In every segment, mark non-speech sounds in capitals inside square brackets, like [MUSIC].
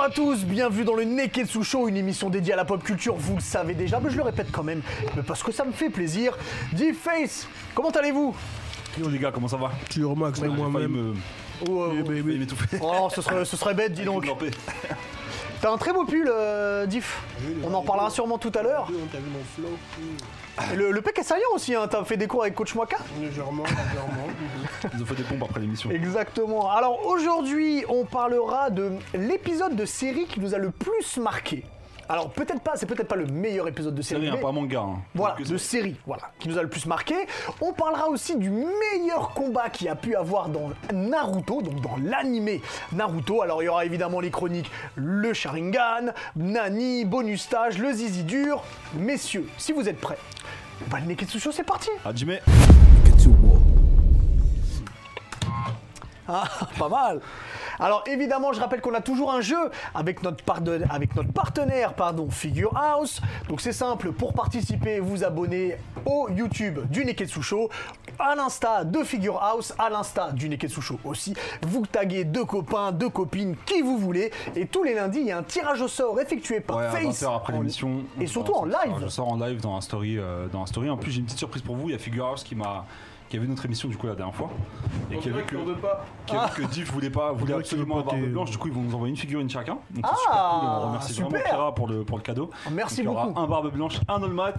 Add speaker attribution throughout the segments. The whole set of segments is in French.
Speaker 1: à tous, bienvenue dans le Neketsu Show, une émission dédiée à la pop culture, vous le savez déjà, mais je le répète quand même, parce que ça me fait plaisir. D-Face, comment allez-vous
Speaker 2: Yo les gars, comment ça va
Speaker 3: Tu remarques, mais moi-même.
Speaker 2: me...
Speaker 1: Oh,
Speaker 3: Eh,
Speaker 1: euh,
Speaker 2: failli m'étouffer. [LAUGHS]
Speaker 1: oh, ce serait, ce serait bête, dis donc.
Speaker 2: Clampé.
Speaker 1: T'as un très beau pull, euh, Diff. On en parlera sûrement tout à l'heure.
Speaker 3: T'as vu mon flow
Speaker 1: Et Le, le pec est saillant aussi, hein. t'as fait des cours avec Coach Mwaka
Speaker 3: Légèrement, légèrement.
Speaker 2: Ils ont fait des pompes après l'émission.
Speaker 1: Exactement. Alors aujourd'hui, on parlera de l'épisode de série qui nous a le plus marqué. Alors peut-être pas, c'est peut-être pas le meilleur épisode de
Speaker 2: C'est
Speaker 1: série.
Speaker 2: rien,
Speaker 1: mais-
Speaker 2: pas manga. Hein.
Speaker 1: Voilà,
Speaker 2: Donc,
Speaker 1: de série, voilà, qui nous a le plus marqué. On parlera aussi du meilleur combat qu'il y a pu avoir dans Naruto, donc dans l'animé Naruto. Alors il y aura évidemment les chroniques Le Sharingan, Nani, Bonus Stage, le Zizi Dur. Messieurs, si vous êtes prêts, bah, le Neketsu Show, c'est parti
Speaker 2: Hajime,
Speaker 1: Ah, [LAUGHS] pas mal. Alors évidemment, je rappelle qu'on a toujours un jeu avec notre, pardon- avec notre partenaire, pardon, Figure House. Donc c'est simple, pour participer, vous abonnez au YouTube du Neketsu Show, à l'insta de Figure House, à l'insta du Neketsu Show aussi. Vous taguez deux copains, deux copines, qui vous voulez. Et tous les lundis, il y a un tirage au sort effectué par
Speaker 2: ouais, à
Speaker 1: Face.
Speaker 2: 20h après
Speaker 1: en-
Speaker 2: l'émission.
Speaker 1: Et surtout en
Speaker 2: Alors,
Speaker 1: live.
Speaker 2: Je sors en live dans un story. euh, dans un story. En plus, j'ai une petite surprise pour vous. Il y a Figure House qui m'a qui a vu notre émission du coup la dernière fois et qui a vu que, qui a vu que Diff voulait pas voulait
Speaker 3: dirait qu'il
Speaker 2: absolument
Speaker 3: veut pas
Speaker 2: avoir
Speaker 3: tes-
Speaker 2: de blanche du coup ils vont nous envoyer une figurine chacun donc c'est
Speaker 1: Ah,
Speaker 2: super cool on remercie vraiment
Speaker 1: super. Ah,
Speaker 2: Kira pour le, pour le cadeau
Speaker 1: Merci
Speaker 2: Donc, il y aura
Speaker 1: beaucoup.
Speaker 2: un barbe blanche un all mat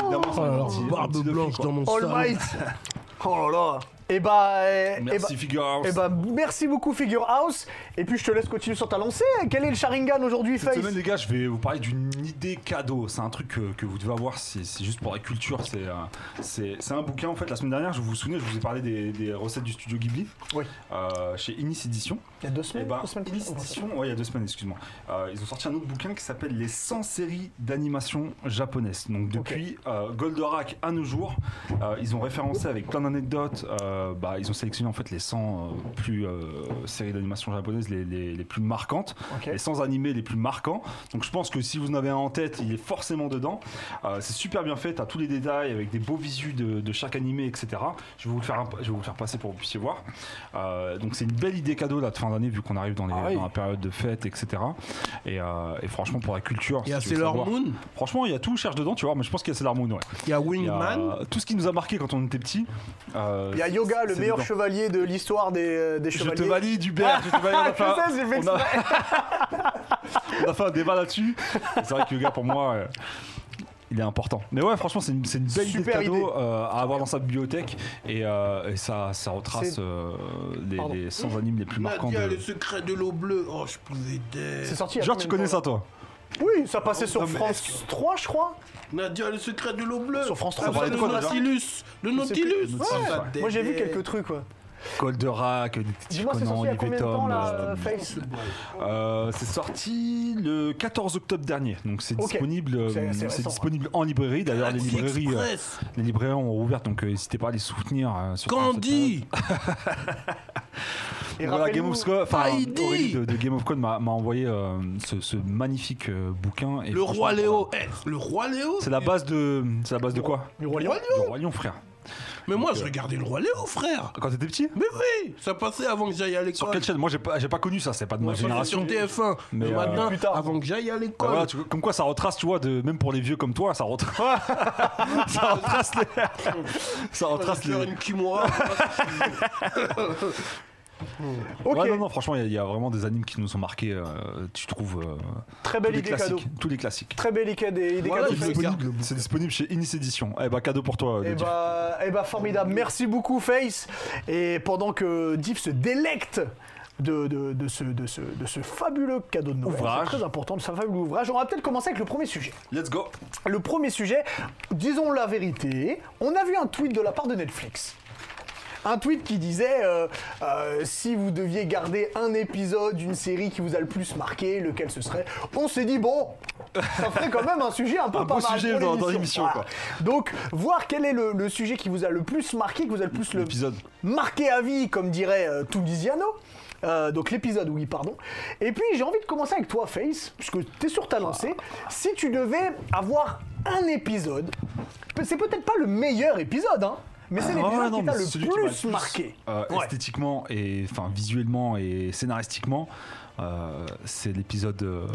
Speaker 2: évidemment, ça
Speaker 3: [LAUGHS] Oh
Speaker 2: va être
Speaker 3: là là,
Speaker 2: un petit- un
Speaker 3: barbe
Speaker 2: petit Duffy,
Speaker 3: blanche
Speaker 2: quoi.
Speaker 3: dans mon
Speaker 1: All
Speaker 3: style.
Speaker 1: Might.
Speaker 2: [LAUGHS]
Speaker 1: Oh là là. Et bah... eh, eh bah-
Speaker 2: merci Figure House
Speaker 1: Eh ben, merci beaucoup Figure House. Et puis je te laisse continuer sur ta lancée. Quel est le Sharingan aujourd'hui,
Speaker 2: Cette
Speaker 1: Face
Speaker 2: semaine, les gars, je vais vous parler d'une idée cadeau. C'est un truc que, que vous devez avoir, c'est c'est juste pour la culture. C'est euh, c'est- c'est un bouquin, en fait. La semaine dernière, je vous vous souvenez, je vous ai parlé des, des recettes du studio Ghibli
Speaker 1: Oui.
Speaker 2: euh, chez Inis Edition.
Speaker 1: Il y a deux
Speaker 2: Eh
Speaker 1: semaines.
Speaker 2: ben,
Speaker 1: deux semaines
Speaker 2: Inis Edition, ouais, il y a deux semaines, excuse-moi. Euh, ils ont sorti un autre bouquin qui s'appelle Les 100 séries d'animation japonaises. Donc, depuis euh, Goldorak à nos jours, euh, ils ont référencé avec plein d'anecdotes. euh, bah, ils ont sélectionné en fait les 100 euh, plus euh, séries d'animation japonaises les- les- les plus marquantes
Speaker 1: Ok.
Speaker 2: les sans animés les plus marquants. Donc je pense que si vous en avez un en tête, il est forcément dedans. Euh, c'est super bien fait, t'as tous les détails avec des beaux visus de, de chaque animé, etc. Je vais vous le faire, un- je vais vous le faire passer pour que vous puissiez voir. Euh, donc c'est une belle idée cadeau là de fin d'année vu qu'on arrive dans, les,
Speaker 3: Ah oui.
Speaker 2: dans la période de fête, etc. Et, euh, et franchement pour la culture,
Speaker 3: Il y a
Speaker 2: si tu veux
Speaker 3: Sailor
Speaker 2: savoir-
Speaker 3: Moon,
Speaker 2: Franchement il y a tout cherche dedans, tu vois. Mais je pense qu'il y a Sailor Moon, ouais.
Speaker 3: il
Speaker 2: Il y
Speaker 3: y a
Speaker 2: a
Speaker 3: Wingman.
Speaker 2: tout ce qui nous a marqué quand on était petit. euh,
Speaker 1: Il y a Yoga, le
Speaker 2: c'est
Speaker 1: meilleur
Speaker 2: dedans.
Speaker 1: chevalier de l'histoire des, euh, des
Speaker 2: Je
Speaker 1: chevaliers.
Speaker 2: te valide Hubert, je te valide. on a
Speaker 1: Je
Speaker 2: fait un-
Speaker 1: sais, Ah, j'ai fait
Speaker 2: on a- [LAUGHS] on a fait un débat là-dessus. C'est vrai que le gars, pour moi, euh, il est important. Mais ouais, franchement, c'est une, c'est une belle
Speaker 1: Super
Speaker 2: idée de
Speaker 1: idée.
Speaker 2: cadeau euh, à avoir dans sa bibliothèque. Et, euh, et ça, ça retrace
Speaker 1: C'est-
Speaker 2: euh, les,
Speaker 1: Pardon.
Speaker 2: les 100 animes les plus marquants.
Speaker 3: Nadia,
Speaker 2: De...
Speaker 3: le secret de l'eau bleue. Oh, je pouvais
Speaker 1: C'est
Speaker 3: t'aider.
Speaker 1: sorti. il y a
Speaker 2: Genre,
Speaker 1: combien
Speaker 2: tu
Speaker 1: de
Speaker 2: connais
Speaker 1: temps,
Speaker 2: ça, toi
Speaker 1: là Oui, ça passait sur
Speaker 3: Non, mais
Speaker 1: France 3, je crois.
Speaker 3: Nadia, le secret de l'eau bleue.
Speaker 1: Sur France 3,
Speaker 3: Ah,
Speaker 2: on parlait de
Speaker 3: le
Speaker 2: quoi, déjà
Speaker 3: Nautilus. Le
Speaker 1: sais plus.
Speaker 3: Nautilus.
Speaker 2: Nautilus,
Speaker 3: Ouais.
Speaker 2: ouais.
Speaker 1: Moi, j'ai vu quelques trucs. quoi.
Speaker 2: Goldorak, des petits
Speaker 1: Dis-moi, c'est
Speaker 2: Conan,
Speaker 1: sorti il y a
Speaker 2: Olivier
Speaker 1: combien de temps,
Speaker 2: Tom.
Speaker 1: là,
Speaker 2: euh,
Speaker 1: Face
Speaker 2: euh, C'est sorti le 14 octobre dernier. Donc, c'est
Speaker 1: Ok.
Speaker 2: disponible, euh,
Speaker 1: C'est- c'est
Speaker 2: c'est
Speaker 1: récent, hein.
Speaker 2: disponible en librairie. D'ailleurs, les
Speaker 3: Taxi
Speaker 2: librairies. euh,
Speaker 3: Express.
Speaker 2: Les librairies ont rouvert, donc euh, n'hésitez pas à les soutenir. euh, surtout en cette période.
Speaker 3: Candy.
Speaker 1: Et
Speaker 2: Voilà, Game
Speaker 1: rappelle-nous-
Speaker 2: of Scott, enfin,
Speaker 3: Heidi
Speaker 2: Aurélie de, de Game of Code m'a m'a envoyé euh, ce, ce magnifique euh, bouquin. et
Speaker 3: Le
Speaker 2: franchement,
Speaker 3: roi
Speaker 2: pour-
Speaker 3: Léo. Eh, Le roi Léo.
Speaker 2: C'est la base de, c'est la base de quoi
Speaker 1: Le Roi Lion.
Speaker 2: Le roi lion, frère.
Speaker 3: Mais moi, je regardais le roi Léo, frère.
Speaker 2: Quand t'étais petit
Speaker 3: Mais oui, ça passait avant que j'aille à l'école.
Speaker 2: Sur quelle chaîne Moi, j'ai pas, j'ai pas connu ça. C'est pas de ma
Speaker 3: Moi, j'étais
Speaker 2: génération.
Speaker 3: sur TF1
Speaker 2: Mais,
Speaker 3: le
Speaker 2: euh,
Speaker 3: matin,
Speaker 1: plus tard.
Speaker 3: avant que j'aille à
Speaker 2: Bah
Speaker 3: l'école.
Speaker 2: voilà, tu- comme quoi ça retrace, tu vois, de, même pour les vieux comme toi, ça retrace, ça retrace les, ça
Speaker 3: On va
Speaker 2: retrace
Speaker 3: faire
Speaker 2: les.
Speaker 3: une kimura.
Speaker 1: Ok,
Speaker 2: Ouais, non, non, franchement, il y a- il y, a vraiment des animes qui nous ont marqués. euh, tu trouves euh,
Speaker 1: très
Speaker 2: tous
Speaker 1: belle
Speaker 2: les
Speaker 1: idée cadeau.
Speaker 2: classiques, tous les classiques.
Speaker 1: Très belle idée idée
Speaker 3: Voilà,
Speaker 1: cadeau.
Speaker 3: je
Speaker 1: Face.
Speaker 3: le garde, le
Speaker 2: Disponible- C'est disponible chez Inis Edition. Eh bah, cadeau pour toi.
Speaker 1: Eh
Speaker 2: Dodi.
Speaker 1: bah, eh bah, formidable. Merci beaucoup, Face. Et pendant que Diff se délecte de, de, de ce, de, ce, de ce fabuleux cadeau de Noël,
Speaker 2: Ouvrage.
Speaker 1: c'est très important, de ce fabuleux ouvrage, on va peut-être commencer avec le premier sujet.
Speaker 2: Let's go.
Speaker 1: Le premier sujet, disons la vérité, on a vu un tweet de la part de Netflix. Un tweet qui disait euh, euh, si vous deviez garder un épisode d'une série qui vous a le plus marqué, lequel ce serait On s'est dit bon, ça ferait quand même un sujet un peu
Speaker 2: [LAUGHS] Un
Speaker 1: pas
Speaker 2: beau
Speaker 1: mal
Speaker 2: sujet
Speaker 1: pour
Speaker 2: dans- dans l'émission, quoi.
Speaker 1: Donc voir quel est le, le sujet qui vous a le plus marqué, que vous a le plus le
Speaker 2: L'épisode.
Speaker 1: marqué à vie, comme dirait euh, Tunisiano. Euh, donc l'épisode, oui, pardon. Et puis j'ai envie de commencer avec toi, Face, puisque t'es sur ta lancée. Si tu devais avoir un épisode, c'est peut-être pas le meilleur épisode, hein, mais c'est
Speaker 2: Ah ouais,
Speaker 1: l'épisode
Speaker 2: non,
Speaker 1: qui
Speaker 2: mais
Speaker 1: t'a
Speaker 2: c'est celui qui m'a
Speaker 1: le plus marqué.
Speaker 2: euh,
Speaker 1: Ouais.
Speaker 2: esthétiquement et enfin visuellement et scénaristiquement. euh, c'est l'épisode euh,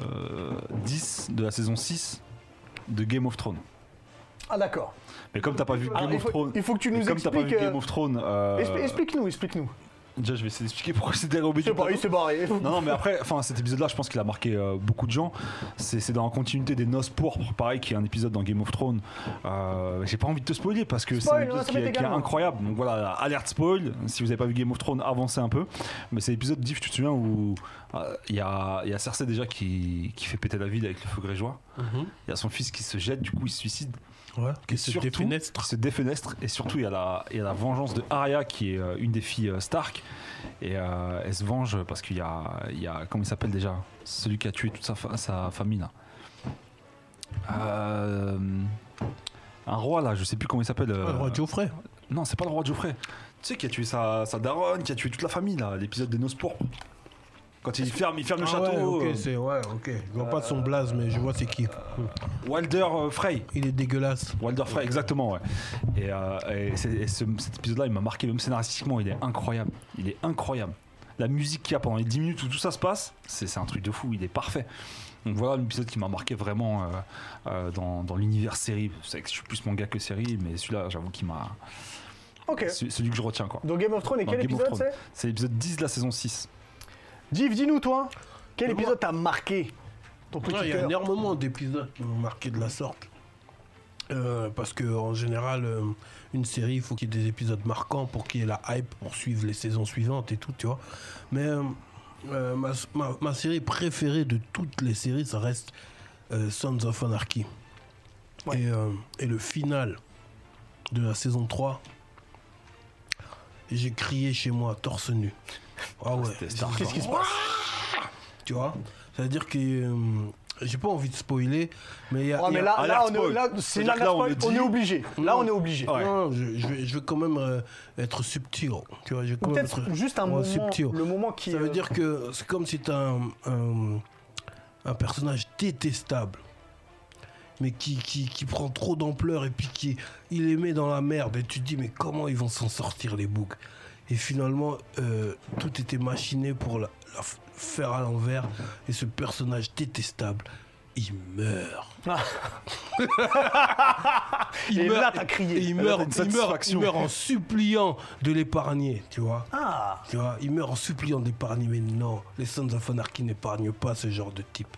Speaker 2: 10 de la saison 6 de Game of Thrones.
Speaker 1: Ah d'accord.
Speaker 2: Mais comme t'as pas vu Game
Speaker 1: Alors, Ah, il,
Speaker 2: of
Speaker 1: faut,
Speaker 2: Thrones,
Speaker 1: il faut que tu
Speaker 2: mais
Speaker 1: nous
Speaker 2: comme t'as pas vu
Speaker 1: expliques. euh,
Speaker 2: Game of Thrones, euh,
Speaker 1: expli- Explique-nous, explique-nous.
Speaker 2: déjà je vais essayer d'expliquer pourquoi c'est dérobé
Speaker 1: Je sais
Speaker 2: du
Speaker 1: pas, il
Speaker 2: plateau.
Speaker 1: s'est barré.
Speaker 2: Non, non, mais après, enfin, cet épisode-là, je pense qu'il a marqué euh, beaucoup de gens. C'est c'est dans la continuité des Noces Pourpres, pareil, qui est un épisode dans Game of Thrones. Euh, J'ai pas envie de te spoiler parce que c'est un
Speaker 1: Spoil, ouais,
Speaker 2: épisode
Speaker 1: ça
Speaker 2: qui, est-
Speaker 1: m'est
Speaker 2: qui est
Speaker 1: égal.
Speaker 2: incroyable. Donc voilà, alerte spoil. Si vous avez pas vu Game of Thrones, avancez un peu. Mais c'est l'épisode, Diff, tu te souviens, où euh, il y, a, il y a Cersei déjà qui, qui fait péter la ville avec le feu grégeois. Il y a son fils qui se jette, du coup, il se suicide.
Speaker 3: [LAUGHS] Ouais, qui
Speaker 2: Et
Speaker 3: se
Speaker 2: surtout,
Speaker 3: défenestre.
Speaker 2: qui se défenestre. Et surtout, il y a la, il y a la vengeance de Arya, qui est euh, une des filles euh, Stark. Et euh, elle se venge parce qu'il y a, il y a. Comment il s'appelle déjà Celui qui a tué toute sa, fa- sa famille, là. Euh, un roi, là, je sais plus comment il s'appelle. euh,
Speaker 3: Ouais, roi Geoffrey.
Speaker 2: Non, c'est pas le roi Geoffrey. Tu sais, qui a tué sa, sa daronne, qui a tué toute la famille, là, l'épisode des Noces Pourpres. Quand il ferme, il ferme le
Speaker 3: Ah ouais,
Speaker 2: château.
Speaker 3: ok,
Speaker 2: euh,
Speaker 3: c'est ouais, ok. Je vois pas son blaze, mais je vois c'est qui.
Speaker 2: Walder euh, Frey.
Speaker 3: Il est dégueulasse.
Speaker 2: Walder Frey, exactement, ouais. Et, euh, et c'est- et ce- cet épisode-là, il m'a marqué, même scénaristiquement, il est incroyable. Il est incroyable. La musique qu'il y a pendant les 10 minutes où tout ça se passe, c'est c'est un truc de fou, il est parfait. Donc voilà l'épisode qui m'a marqué vraiment euh, euh, dans, dans l'univers série. C'est que je suis plus manga que série, mais celui-là, j'avoue qu'il m'a.
Speaker 1: [LAUGHS] Ok.
Speaker 2: c'est Celui que je retiens, quoi.
Speaker 1: Donc Game of Thrones, et
Speaker 2: Dans
Speaker 1: quel
Speaker 2: Game of
Speaker 1: épisode
Speaker 2: Thrones.
Speaker 1: c'est
Speaker 2: C'est l'épisode 10 de la saison 6.
Speaker 1: Div, dis-nous toi, quel
Speaker 3: Mais moi-
Speaker 1: épisode t'a marqué ton petit
Speaker 3: Ouais, Il y a
Speaker 1: cœur
Speaker 3: énormément d'épisodes qui m'ont marqué de la sorte. Euh, parce que en général, euh, une série, il faut qu'il y ait des épisodes marquants pour qu'il y ait la hype pour suivre les saisons suivantes et tout, tu vois. Mais euh, euh, ma, ma- ma série préférée de toutes les séries, ça reste euh, Sons of Anarchy.
Speaker 1: Ouais.
Speaker 3: Et, euh, et le final de la saison 3, j'ai crié chez moi, torse nu. Ah ouais,
Speaker 2: c'était Star
Speaker 1: Qu'est-ce qui se passe
Speaker 3: tu vois C'est-à-dire que euh, j'ai pas envie de spoiler, mais il y a.
Speaker 1: Oh,
Speaker 3: il y
Speaker 1: mais
Speaker 3: a-
Speaker 1: là, là,
Speaker 2: alerte
Speaker 1: on est,
Speaker 2: spoil.
Speaker 1: là, si
Speaker 2: C'est-à-dire
Speaker 1: là,
Speaker 2: que là, on
Speaker 1: spoil,
Speaker 2: le
Speaker 1: on
Speaker 2: dit.
Speaker 1: est obligé. Là, on est obligé.
Speaker 2: Ouais.
Speaker 3: Non, je, je vais, je vais quand même euh, être subtil. Tu vois, je vais
Speaker 1: Ou
Speaker 3: quand même
Speaker 1: Peut-être
Speaker 3: être
Speaker 1: juste un
Speaker 3: ouais,
Speaker 1: moment,
Speaker 3: subtil.
Speaker 1: le moment qui.
Speaker 3: hein. Ça veut
Speaker 1: euh,
Speaker 3: dire que c'est comme si t'as un, un, un personnage détestable, mais qui, qui, qui prend trop d'ampleur et puis qui il les met dans la merde. Et tu te dis, mais comment ils vont s'en sortir, les boucs Et finalement, euh, tout était machiné pour la, la f- faire à l'envers. Et ce personnage détestable, il meurt.
Speaker 1: [LAUGHS]
Speaker 3: il
Speaker 1: Et
Speaker 3: meurt-
Speaker 1: là, t'as crié.
Speaker 3: et il
Speaker 1: Là,
Speaker 3: meurt,
Speaker 2: t'as une
Speaker 3: il meurt- il
Speaker 2: satisfaction.
Speaker 3: meurt en suppliant de l'épargner, tu vois.
Speaker 1: Ah
Speaker 3: Tu vois, il meurt en suppliant d'épargner, mais non, les Sons of Anarchy n'épargnent pas ce genre de type.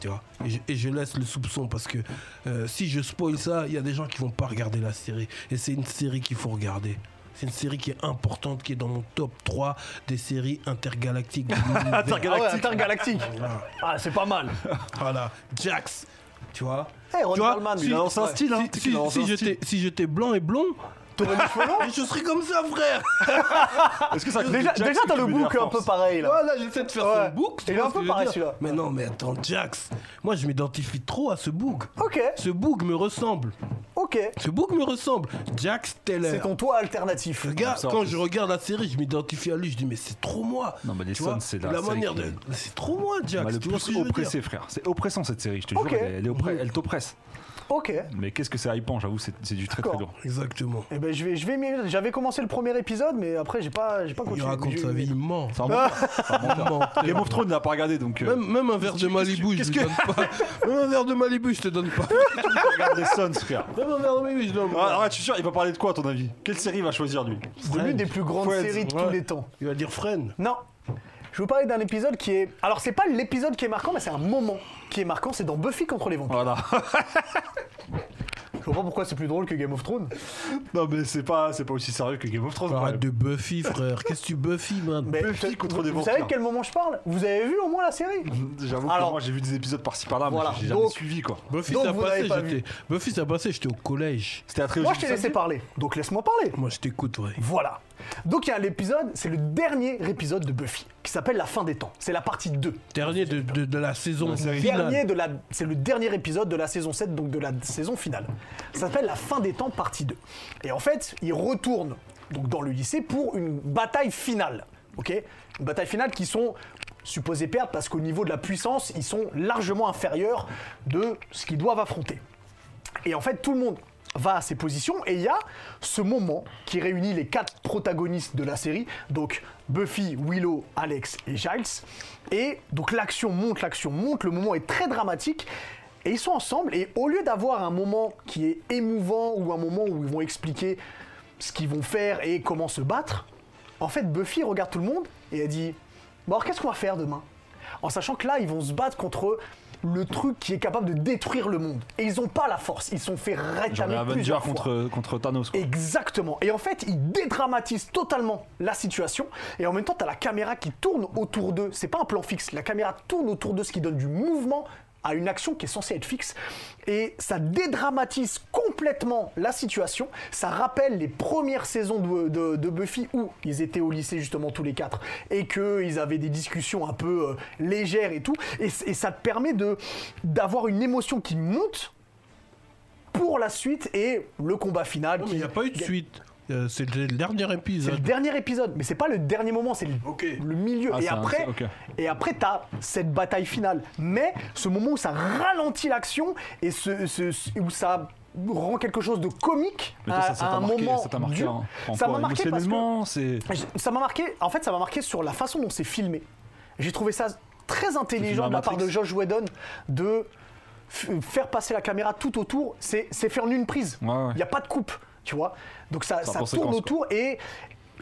Speaker 3: Tu vois, et je, et je laisse le soupçon parce que euh, si je spoil ça, il y a des gens qui vont pas regarder la série. Et c'est une série qu'il faut regarder. C'est une série qui est importante, qui est dans mon top 3 des séries intergalactiques. de l'univers.
Speaker 1: Ah ouais, intergalactique. ah, c'est pas
Speaker 3: [LAUGHS]
Speaker 1: mal.
Speaker 3: Voilà, Jax. Tu vois
Speaker 1: Eh, Ron
Speaker 3: Tu vois,
Speaker 1: Perlman,
Speaker 3: si-
Speaker 1: il a
Speaker 2: lancé un
Speaker 3: ouais,
Speaker 2: style, hein,
Speaker 3: si-
Speaker 2: t'es qu'il a lancé
Speaker 3: si-
Speaker 2: un
Speaker 3: si
Speaker 2: style.
Speaker 3: j'étais- Si j'étais blanc et blond,
Speaker 1: T'aurais des cheveux longs
Speaker 3: [LAUGHS] je serais comme ça, frère
Speaker 2: Est-ce que ça
Speaker 1: Déjà,
Speaker 2: Jack,
Speaker 1: déjà
Speaker 2: c'est
Speaker 1: t'as
Speaker 2: que
Speaker 1: Ah, le
Speaker 2: tu mets de la
Speaker 1: bouc un
Speaker 2: force.
Speaker 1: peu pareil là.
Speaker 3: Voilà, j'essaie de faire
Speaker 1: Ouais.
Speaker 3: son book. tu
Speaker 1: Il est
Speaker 3: vois
Speaker 1: un
Speaker 3: ce
Speaker 1: peu
Speaker 3: que je veux
Speaker 1: pareil,
Speaker 3: dire
Speaker 1: celui-là.
Speaker 3: Mais non, mais attends, Jax. Moi, je m'identifie trop à ce book.
Speaker 1: Ok,
Speaker 3: Ce book me ressemble.
Speaker 1: ok.
Speaker 3: Ce book me ressemble. Jax Teller.
Speaker 1: C'est ton toit alternatif.
Speaker 3: Regarde,
Speaker 2: Ça, en
Speaker 3: quand
Speaker 2: plus.
Speaker 3: je regarde la série, je m'identifie à lui. Je dis, mais c'est trop moi.
Speaker 2: Non, mais les
Speaker 3: Tu vois,
Speaker 2: Sons, c'est la série
Speaker 3: manière
Speaker 2: qui-
Speaker 3: de. C'est trop moi, Jax.
Speaker 2: M'a le
Speaker 3: tu vois ce que
Speaker 2: plus
Speaker 3: je veux dire
Speaker 2: oppressé, frère. C'est oppressant cette série, je te
Speaker 1: Ok.
Speaker 2: jure. Elle, elle est oppre- elle t'oppresse.
Speaker 1: Ok.
Speaker 2: Mais qu'est-ce que c'est hypant, j'avoue, c'est c'est du très très
Speaker 1: D'accord.
Speaker 2: lourd.
Speaker 3: Exactement.
Speaker 1: Eh ben, je vais, je vais m'y mettre. J'avais commencé le premier épisode, mais après, j'ai pas, j'ai pas
Speaker 3: Il
Speaker 1: continué.
Speaker 3: raconte
Speaker 1: J'ai-
Speaker 3: sa vie, il ment.
Speaker 2: C'est un
Speaker 1: Ah.
Speaker 2: menteur. C'est un
Speaker 3: Il
Speaker 2: menteur.
Speaker 3: ment.
Speaker 2: Game of Thrones, il n'a pas regardé donc. Euh,
Speaker 3: Même, même un verre de Malibu, je
Speaker 2: qu'est-ce
Speaker 3: te
Speaker 2: que-
Speaker 3: donne
Speaker 2: [LAUGHS]
Speaker 3: pas. Même un verre de Malibu, je te donne pas.
Speaker 2: regarde les Sons, frère.
Speaker 3: Même un verre de Malibu, je te donne
Speaker 2: Ah,
Speaker 3: pas.
Speaker 2: Arrête, je suis sûr, il va parler de quoi à ton avis Quelle série il va choisir lui
Speaker 1: de l'une des plus grandes
Speaker 3: Friends,
Speaker 1: séries de
Speaker 3: ouais.
Speaker 1: tous les temps.
Speaker 3: Il va dire Fren.
Speaker 1: Non. Je vais vous parler d'un épisode qui est. Alors, c'est pas l'épisode qui est marquant, mais c'est un moment qui est marquant. C'est dans Buffy contre les vampires.
Speaker 2: Voilà. [LAUGHS]
Speaker 1: Je vois pas pourquoi c'est plus drôle que Game of Thrones.
Speaker 2: non mais c'est pas, c'est pas aussi sérieux que Game of Thrones.
Speaker 1: Bah,
Speaker 2: quand
Speaker 3: Arrête
Speaker 2: même.
Speaker 3: de Buffy, frère. Qu'est-ce que tu Buffy, man
Speaker 1: Mais
Speaker 2: Buffy
Speaker 1: vous-
Speaker 2: contre
Speaker 1: vous,
Speaker 2: les
Speaker 1: Vous savez de
Speaker 2: vampires.
Speaker 1: quel moment je parle Vous avez vu au moins la série
Speaker 2: J'avoue que
Speaker 1: Alors-
Speaker 2: moi j'ai vu des épisodes par-ci par-là,
Speaker 1: Voilà,
Speaker 2: mais j'ai jamais
Speaker 1: donc-
Speaker 2: suivi quoi.
Speaker 3: Buffy,
Speaker 1: Donc,
Speaker 3: ça
Speaker 1: vous
Speaker 3: passait,
Speaker 1: n'avez pas vu.
Speaker 3: j'étais. Buffy, ça passait, j'étais au collège.
Speaker 2: C'était la
Speaker 1: Moi,
Speaker 2: trilogie.
Speaker 1: je t'ai
Speaker 2: du
Speaker 1: laissé
Speaker 2: samedi
Speaker 1: parler, donc laisse-moi parler.
Speaker 3: Moi, je t'écoute, ouais.
Speaker 1: Voilà. Donc, il y a un épisode, c'est le dernier épisode de Buffy, qui s'appelle La fin des temps. C'est la partie 2.
Speaker 3: Dernier de, de, de la saison finale.
Speaker 1: Dernier de la, c'est le dernier épisode de la saison 7, donc de la saison finale. Ça s'appelle La fin des temps, partie 2. Et en fait, ils retournent donc, dans le lycée pour une bataille finale. ok une bataille finale qui sont supposés perdre parce qu'au niveau de la puissance, ils sont largement inférieurs de ce qu'ils doivent affronter. Et en fait, tout le monde va à ses positions et il y a ce moment qui réunit les quatre protagonistes de la série, donc Buffy, Willow, Alex et Giles. Et donc l'action monte, l'action monte, le moment est très dramatique. Et ils sont ensemble et au lieu d'avoir un moment qui est émouvant ou un moment où ils vont expliquer ce qu'ils vont faire et comment se battre, en fait Buffy regarde tout le monde et elle dit Bon alors qu'est-ce qu'on va faire demain En sachant que là ils vont se battre contre le truc qui est capable de détruire le monde. Et ils n'ont pas la force, ils sont fait
Speaker 2: Genre les
Speaker 1: rétamer
Speaker 2: Avengers
Speaker 1: plusieurs fois.
Speaker 2: contre, contre Thanos. quoi.
Speaker 1: Exactement. Et en fait, ils dédramatisent totalement la situation. Et en même temps, tu as la caméra qui tourne autour d'eux. C'est pas un plan fixe. La caméra tourne autour d'eux, ce qui donne du mouvement à une action qui est censée être fixe. Et ça dédramatise complètement la situation. Ça rappelle les premières saisons de, de- de Buffy où ils étaient au lycée justement tous les quatre et qu'ils avaient des discussions un peu euh, légères et tout. Et, c- et ça te permet de- d'avoir une émotion qui monte pour la suite et le combat final.
Speaker 3: mais
Speaker 1: qui-
Speaker 3: il n'y a pas eu de suite. Euh, c'est le dernier
Speaker 1: c'est le
Speaker 3: épisode.
Speaker 1: dernier épisode, mais c'est pas le dernier moment, c'est le,
Speaker 3: Ok.
Speaker 1: le milieu.
Speaker 2: Ah,
Speaker 1: et,
Speaker 2: c'est un-
Speaker 1: après,
Speaker 2: c'est- ok.
Speaker 1: et après, t'as cette bataille finale. Mais ce moment où ça ralentit l'action et ce, ce- ce- où ça rend quelque chose de comique
Speaker 2: Mais toi,
Speaker 1: à,
Speaker 2: ça, ça
Speaker 1: à
Speaker 2: t'a
Speaker 1: un
Speaker 2: marqué,
Speaker 1: moment
Speaker 2: ça t'a marqué,
Speaker 1: dur.
Speaker 2: hein, en
Speaker 1: ça
Speaker 2: quoi,
Speaker 1: m'a marqué parce que
Speaker 2: émotionnellement, c'est
Speaker 1: ça m'a marqué. En fait, ça m'a marqué sur la façon dont c'est filmé. J'ai trouvé ça très
Speaker 2: filmé à
Speaker 1: intelligent de la part de
Speaker 2: Matrix.
Speaker 1: Josh Whedon de f- faire passer la caméra tout autour. C'est c'est fait en une prise.
Speaker 2: Ouais, ouais.
Speaker 1: Il n'y a pas de coupe, tu vois. Donc ça,
Speaker 2: C'est en
Speaker 1: ça tourne
Speaker 2: conséquence,
Speaker 1: autour et,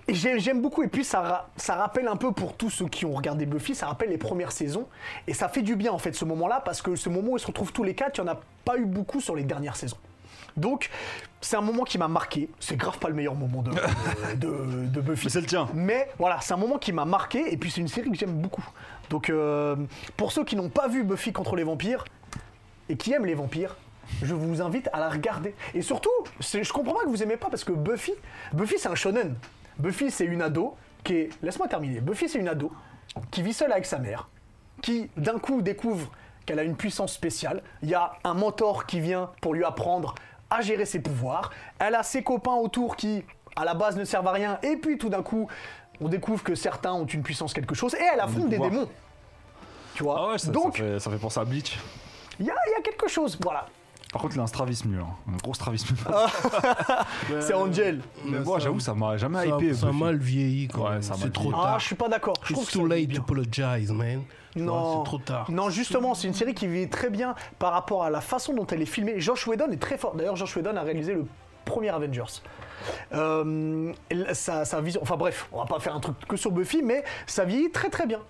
Speaker 1: et j'ai- j'aime beaucoup. Et puis ça, ra- ça rappelle un peu pour tous ceux qui ont regardé Buffy, ça rappelle les premières saisons. Et ça fait du bien en fait ce moment-là parce que ce moment où ils se retrouvent tous les quatre, il n'y en a pas eu beaucoup sur les dernières saisons. Donc c'est un moment qui m'a marqué. C'est grave pas le meilleur moment de,
Speaker 2: [LAUGHS]
Speaker 1: de, de Buffy.
Speaker 2: Mais c'est le tien.
Speaker 1: Mais voilà, c'est un moment qui m'a marqué et puis c'est une série que j'aime beaucoup. Donc euh, pour ceux qui n'ont pas vu Buffy contre les vampires et qui aiment les vampires, je vous invite à la regarder. Et surtout, c'est- je comprends pas que vous aimez pas parce que Buffy, Buffy c'est un shonen. Buffy c'est une ado qui est, laisse-moi terminer. Buffy c'est une ado qui vit seule avec sa mère, qui d'un coup découvre qu'elle a une puissance spéciale. Il y a un mentor qui vient pour lui apprendre à gérer ses pouvoirs. Elle a ses copains autour qui, à la base, ne servent à rien. Et puis tout d'un coup, on découvre que certains ont une puissance quelque chose. Et elle affronte des
Speaker 2: pouvoirs.
Speaker 1: démons. Tu vois.
Speaker 2: Ah ouais, ça,
Speaker 1: Donc,
Speaker 2: ça, fait, ça fait penser à Bleach.
Speaker 1: il y, a- il y a quelque chose. Voilà.
Speaker 2: Par contre, il a un strabisme, lui. hein. Un gros strabisme.
Speaker 1: Ah, C'est Angel.
Speaker 2: Mais
Speaker 3: Ouais,
Speaker 2: moi,
Speaker 3: ça-
Speaker 2: j'avoue, ça m'a jamais
Speaker 3: Ça,
Speaker 2: hypé.
Speaker 3: ça a
Speaker 2: Buffy.
Speaker 3: mal vieilli quand
Speaker 2: Ouais,
Speaker 3: même.
Speaker 2: ça a
Speaker 3: C'est
Speaker 2: mal
Speaker 3: trop
Speaker 2: vieilli.
Speaker 1: Ah,
Speaker 3: tard.
Speaker 1: je suis pas d'accord. Je trouve
Speaker 3: It's
Speaker 1: que
Speaker 3: too
Speaker 1: ça vieillit
Speaker 3: late to
Speaker 1: bien.
Speaker 3: apologize, man. Tu vois,
Speaker 1: Non,
Speaker 3: C'est trop tard.
Speaker 1: non, justement, c'est une série qui vit très bien par rapport à la façon dont elle est filmée. Josh Whedon est très fort. D'ailleurs, Josh Whedon a réalisé le premier Avengers. Euh, elle- sa, sa vision, enfin bref, on va pas faire un truc que sur Buffy, mais ça vieillit très très bien.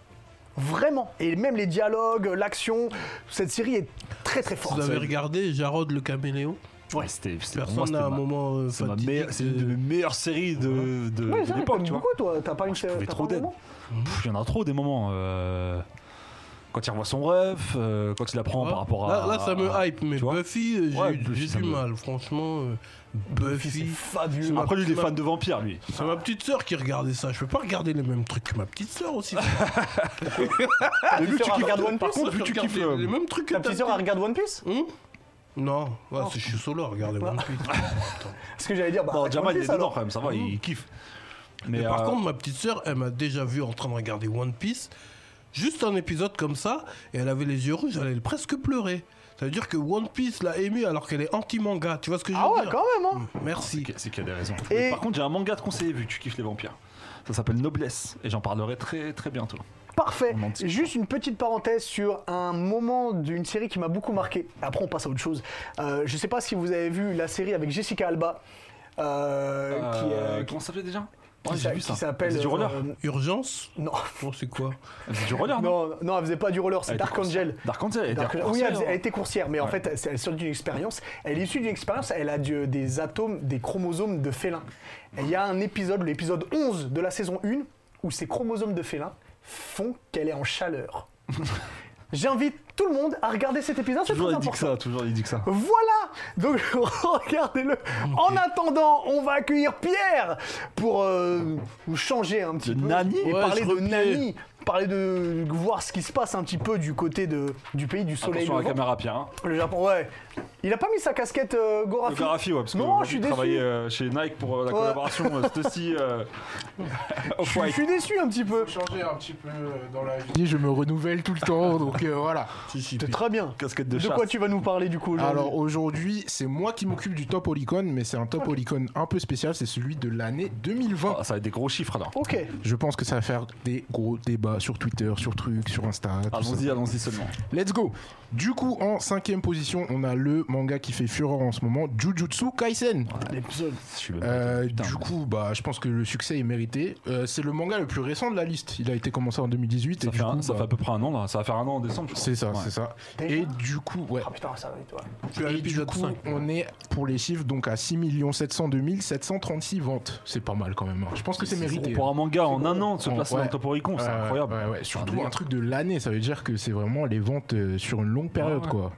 Speaker 1: Vraiment. Et même les dialogues, l'action, cette série est très très forte.
Speaker 3: Vous avez regardé Jarod le caméléon
Speaker 2: Ouais, c'était. c'était- pour moi,
Speaker 3: Personne
Speaker 2: c'était
Speaker 3: n'a un
Speaker 2: ma-
Speaker 3: moment euh,
Speaker 2: c'est ma
Speaker 3: fatidique
Speaker 2: meilleure- C'est une de
Speaker 3: de-
Speaker 2: mes meilleures séries de, de,
Speaker 1: Ouais,
Speaker 2: de
Speaker 1: ça, t'aimes
Speaker 2: l'époque, tu vois.
Speaker 1: beaucoup, toi. T'as pas une
Speaker 2: Je trouvais
Speaker 1: t'as
Speaker 2: trop
Speaker 1: pas un
Speaker 2: dead.
Speaker 1: moment
Speaker 2: Pff, Il y en a trop des moments. euh, Quand il revoit son ref, euh, quand il apprend
Speaker 3: Ouais.
Speaker 2: par rapport à.
Speaker 3: Là, là, ça me hype, mais
Speaker 2: tu vois
Speaker 3: Buffy, euh, j'ai
Speaker 2: Ouais,
Speaker 3: eu
Speaker 2: Buffy,
Speaker 3: j'ai
Speaker 2: ça
Speaker 3: du
Speaker 2: me-
Speaker 3: mal, franchement. euh,
Speaker 1: C'est
Speaker 3: Buffy.
Speaker 1: fabuleux.
Speaker 3: ma-
Speaker 2: Après, lui, il est
Speaker 3: ma-
Speaker 2: fan de vampires, lui.
Speaker 3: C'est ma petite sœur qui regardait ça. Je peux pas regarder les mêmes trucs que ma petite sœur aussi. Par
Speaker 1: Ta petite
Speaker 2: vu que
Speaker 1: sœur,
Speaker 2: tu
Speaker 1: elle
Speaker 2: kiffes-
Speaker 1: regarde Ah, One
Speaker 2: par
Speaker 1: Piece
Speaker 2: contre, vu que tu kiffes. euh,
Speaker 3: les mêmes trucs que
Speaker 1: Ta petite sœur, elle regarde One Piece
Speaker 3: Hum Non, ouais, c'est- je suis solo à regarder One Piece.
Speaker 1: [LAUGHS]
Speaker 3: Putain.
Speaker 1: Ce que j'allais dire, bah.
Speaker 2: Bon,
Speaker 1: One
Speaker 2: Jamal, il est
Speaker 1: Piece,
Speaker 2: dedans
Speaker 1: alors.
Speaker 2: quand même, ça va, il, il kiffe. Mais
Speaker 3: Mm. Mais par
Speaker 2: euh,
Speaker 3: contre, ma petite sœur, elle m'a déjà vu en train de regarder One Piece, juste un épisode comme ça, et elle avait les yeux rouges, elle allait presque pleurer. Ça veut dire que One Piece l'a aimé alors qu'elle est anti-manga, tu vois ce que je veux
Speaker 1: Ah ouais,
Speaker 3: dire
Speaker 1: quand même, hein.
Speaker 3: Merci.
Speaker 2: Ok, C'est qu'il y a des raisons.
Speaker 1: Et-
Speaker 2: Mais par contre, j'ai un manga de conseiller vu que tu kiffes les vampires. Ça s'appelle Noblesse et j'en parlerai très très bientôt.
Speaker 1: Parfait.
Speaker 2: On en discute.
Speaker 1: Juste une petite parenthèse sur un moment d'une série qui m'a beaucoup marqué. Après, on passe à autre chose. Euh, je sais pas si vous avez vu la série avec Jessica Alba. euh, qui, euh,
Speaker 2: Euh,
Speaker 1: qui-
Speaker 2: Comment ça s'appelait déjà
Speaker 1: qui
Speaker 2: Ouais, j'ai
Speaker 1: s'a-
Speaker 2: vu
Speaker 1: qui
Speaker 2: ça.
Speaker 1: s'appelle.
Speaker 2: C'est du roller.
Speaker 1: euh,
Speaker 3: Urgence
Speaker 1: non.
Speaker 3: Oh, c'est quoi
Speaker 2: C'est du roller, non
Speaker 1: non, non, elle faisait pas du roller, c'est
Speaker 2: Elle était
Speaker 1: Dark
Speaker 2: coursière.
Speaker 1: Angel.
Speaker 2: Dark Angel, elle était
Speaker 1: Dark- oui,
Speaker 2: coursière,
Speaker 1: elle, faisait- elle
Speaker 2: hein.
Speaker 1: était coursière, mais en
Speaker 2: Ouais.
Speaker 1: fait, c'est- elle sort d'une expérience. Elle est issue d'une expérience, elle a du- des atomes, des chromosomes de félin. Et il y a un épisode, l'épisode 11 de la saison 1, où ces chromosomes de félin font qu'elle est en
Speaker 2: [LAUGHS]
Speaker 1: chaleur. J'invite tout le monde à regarder cet épisode, c'est
Speaker 2: Toujours
Speaker 1: très
Speaker 2: il dit que
Speaker 1: important.
Speaker 2: ça, toujours il dit que ça.
Speaker 1: Voilà Donc [LAUGHS] regardez-le. En attendant, on va accueillir Pierre pour euh, changer un petit
Speaker 2: De
Speaker 1: peu
Speaker 2: Nani
Speaker 1: et
Speaker 3: Ouais,
Speaker 1: parler
Speaker 3: je
Speaker 1: de
Speaker 3: repliais.
Speaker 1: Nani parler de voir ce qui se passe un petit peu du côté de, du pays du soleil.
Speaker 2: Attention à la
Speaker 1: levant.
Speaker 2: caméra, Pierre. hein.
Speaker 1: Le Japon, ouais. Il a pas mis sa casquette euh,
Speaker 2: Le
Speaker 1: Gorafi.
Speaker 2: Garafi, ouais, parce que
Speaker 1: Non,
Speaker 2: moi,
Speaker 1: je suis
Speaker 2: j'ai
Speaker 1: déçu.
Speaker 2: travaillé euh, chez Nike pour euh, la
Speaker 1: Ouais.
Speaker 2: collaboration euh, Stussy euh,
Speaker 1: [LAUGHS] Je suis- je
Speaker 2: Off-White.
Speaker 1: suis déçu un petit peu.
Speaker 4: changer un petit peu euh, dans la vie. Je me renouvelle tout le temps, [LAUGHS] donc euh, voilà.
Speaker 3: Si, si,
Speaker 1: C'est
Speaker 3: puis-
Speaker 1: très bien.
Speaker 2: Casquette
Speaker 1: De
Speaker 2: de chasse.
Speaker 1: quoi tu vas nous parler du coup aujourd'hui
Speaker 4: Alors aujourd'hui, c'est moi qui m'occupe du top Olicon, mais c'est un top Olicon un peu spécial, c'est celui de l'année 2020.
Speaker 2: Ah, ça va être des gros chiffres alors.
Speaker 1: Ok.
Speaker 4: Je pense que ça va faire des gros débats sur Twitter, sur trucs, sur Insta. tout ça.
Speaker 2: Allons-y, allons-y seulement.
Speaker 4: Let's go. Du coup, en cinquième position, on a le manga qui fait fureur en ce moment, Jujutsu Kaisen.
Speaker 1: L'épisode.
Speaker 2: Je suis même-
Speaker 4: Euh,
Speaker 2: Putain,
Speaker 4: du
Speaker 2: mais-
Speaker 4: coup, bah, je pense que le succès est mérité. Euh, c'est le manga le plus récent de la liste. Il a été commencé en 2018 et
Speaker 2: Ça,
Speaker 4: du
Speaker 2: fait, un-
Speaker 4: coup,
Speaker 2: ça
Speaker 4: bah,
Speaker 2: fait à peu près un an, là. ça va faire un an en décembre. je crois.
Speaker 4: c'est ça,
Speaker 2: Ouais.
Speaker 4: c'est ça.
Speaker 1: Déjà
Speaker 4: et du coup, ouais.
Speaker 1: Ah putain, ça va être toi.
Speaker 3: puis à
Speaker 4: Et du
Speaker 3: l'épisode
Speaker 4: coup,
Speaker 3: 5.
Speaker 4: on est pour les chiffres donc à 6 702 736 ventes. C'est pas mal quand même. hein. Je pense que c'est mérité.
Speaker 2: Pour un manga en un an de se
Speaker 4: Ouais.
Speaker 2: placer dans le top Oricon, c'est
Speaker 4: Ouais,
Speaker 2: incroyable. Ah,
Speaker 4: ouais, ouais.
Speaker 2: C'est
Speaker 4: Surtout hein.
Speaker 2: un
Speaker 4: un, truc de l'année, ça veut dire que c'est vraiment les ventes euh, sur une longue période,
Speaker 2: Ouais, ouais.
Speaker 4: quoi.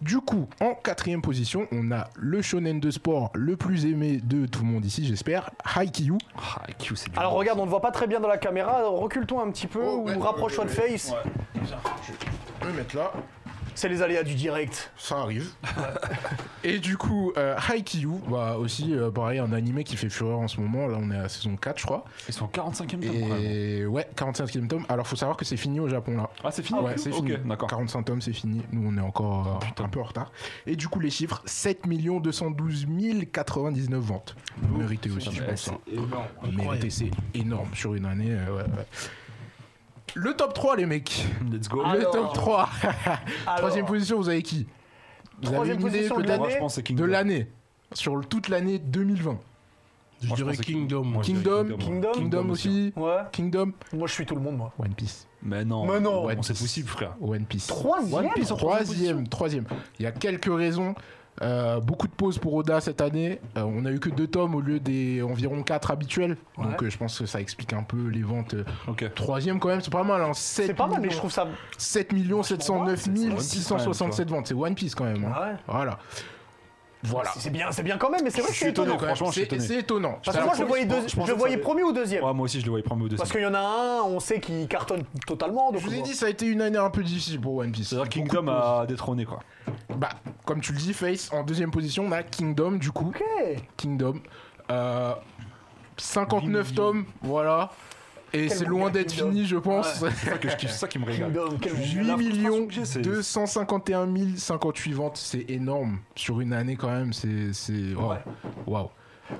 Speaker 4: Du coup, en quatrième position, on a le shonen de sport le plus aimé de tout le monde ici, j'espère, Haikyuu.
Speaker 2: Ah, Q, c'est du
Speaker 1: Alors
Speaker 2: bon.
Speaker 1: regarde, on ne voit pas très bien dans la caméra. Recule-toi un petit peu
Speaker 4: Oh, ouais,
Speaker 1: ou rapproche-toi de face.
Speaker 4: Je vais mettre là,
Speaker 1: C'est les aléas du direct.
Speaker 4: ça arrive. [LAUGHS] Et du coup, euh, Haikyuu, bah aussi, euh, pareil, un animé qui fait fureur en ce moment. Là, on est à la saison 4, je crois.
Speaker 2: Ils sont en 45ème tome, quand même.
Speaker 4: Et ouais, 45e tome. Alors, faut savoir que c'est fini au Japon, là.
Speaker 2: Ah, c'est fini
Speaker 4: Ouais, c'est fini.
Speaker 2: Ok, d'accord.
Speaker 4: 45 tomes, c'est fini. Nous, on est encore euh, un peu en retard. Et du coup, les chiffres 7 212 099 ventes. Mérité aussi, je
Speaker 2: Eh,
Speaker 4: pense.
Speaker 2: c'est
Speaker 4: hein.
Speaker 2: énorme.
Speaker 4: Mérité, c'est énorme sur une année. euh, ouais, ouais. Le top 3, les mecs.
Speaker 2: Let's go.
Speaker 4: Le top 3.
Speaker 1: [LAUGHS] Alors,
Speaker 4: Troisième position, vous avez qui Vous avez
Speaker 1: Troisième
Speaker 4: une idée,
Speaker 1: position de
Speaker 4: peut-être,
Speaker 2: Moi, je pense que c'est Kingdom.
Speaker 4: de l'année. Sur toute l'année 2020.
Speaker 3: Je
Speaker 2: Moi, je
Speaker 3: dirais
Speaker 2: pensais que-
Speaker 3: Kingdom.
Speaker 2: moi,
Speaker 3: moi.
Speaker 2: je dirais
Speaker 4: Kingdom,
Speaker 1: Kingdom.
Speaker 4: Kingdom aussi.
Speaker 1: Ouais.
Speaker 4: Kingdom.
Speaker 1: Moi, je suis tout le monde, moi.
Speaker 4: One Piece.
Speaker 2: Mais non.
Speaker 1: Mais non.
Speaker 2: Bon,
Speaker 4: One
Speaker 2: c'est
Speaker 4: Piece.
Speaker 2: possible, frère.
Speaker 4: One Piece.
Speaker 1: Troisième
Speaker 4: One Piece,
Speaker 1: En
Speaker 4: troisième, troisième. Il y a quelques raisons. Euh, beaucoup de pauses pour Oda cette année. Euh, on a eu que deux tomes au lieu des environ quatre habituels.
Speaker 1: Ouais.
Speaker 4: Donc euh, je pense que ça explique un peu les ventes. euh,
Speaker 2: Ok.
Speaker 4: Troisième quand même, c'est pas mal. Hein. 7
Speaker 1: C'est pas mal, mais je
Speaker 4: millions-
Speaker 1: trouve ça.
Speaker 4: 7 709
Speaker 2: C'est- c'est One Piece quand même,
Speaker 4: 667 ventes. C'est One Piece quand même. hein.
Speaker 1: Ah ouais.
Speaker 4: Voilà. Voilà.
Speaker 1: C'est bien, c'est bien quand même, mais c'est vrai
Speaker 2: Je
Speaker 1: que
Speaker 2: suis
Speaker 1: c'est étonnant.
Speaker 2: étonné,
Speaker 4: Quand même,
Speaker 2: franchement, je suis
Speaker 4: c'est
Speaker 2: étonné.
Speaker 4: c'est étonnant.
Speaker 1: Parce que
Speaker 4: Alors,
Speaker 1: moi, je le voyais,
Speaker 2: je
Speaker 1: deux-
Speaker 2: pense- je
Speaker 1: je
Speaker 2: pensais
Speaker 1: le
Speaker 2: que
Speaker 1: voyais
Speaker 2: ça-
Speaker 1: premier ou deuxième.
Speaker 2: Ouais, moi aussi, je le voyais premier ou deuxième.
Speaker 1: Parce qu'il y en a un, on sait qu'il cartonne totalement. Donc
Speaker 4: je vous ai
Speaker 1: bon.
Speaker 4: dit, ça a été une année un peu difficile pour One Piece.
Speaker 2: C'est-à-dire
Speaker 4: Beaucoup de
Speaker 2: Kingdom
Speaker 4: pauses.
Speaker 2: a détrôné, quoi.
Speaker 4: Bah, comme tu le dis, Face, en deuxième position, on a Kingdom du coup.
Speaker 1: Ok.
Speaker 4: Kingdom. Euh, 59
Speaker 2: Millions.
Speaker 4: tomes, voilà. Et
Speaker 1: Quel
Speaker 4: c'est
Speaker 1: manga
Speaker 4: loin d'être
Speaker 1: Kingdom.
Speaker 4: fini, je pense. [LAUGHS]
Speaker 2: C'est ça que je kiffe, c'est ça qui me régale.
Speaker 1: Kingdom, quel-
Speaker 4: 8
Speaker 2: frustration
Speaker 4: millions
Speaker 2: que j'ai, c'est-
Speaker 4: 251 058 ventes, c'est énorme. Sur une année, quand même, c'est. c'est- Waouh! Waouh.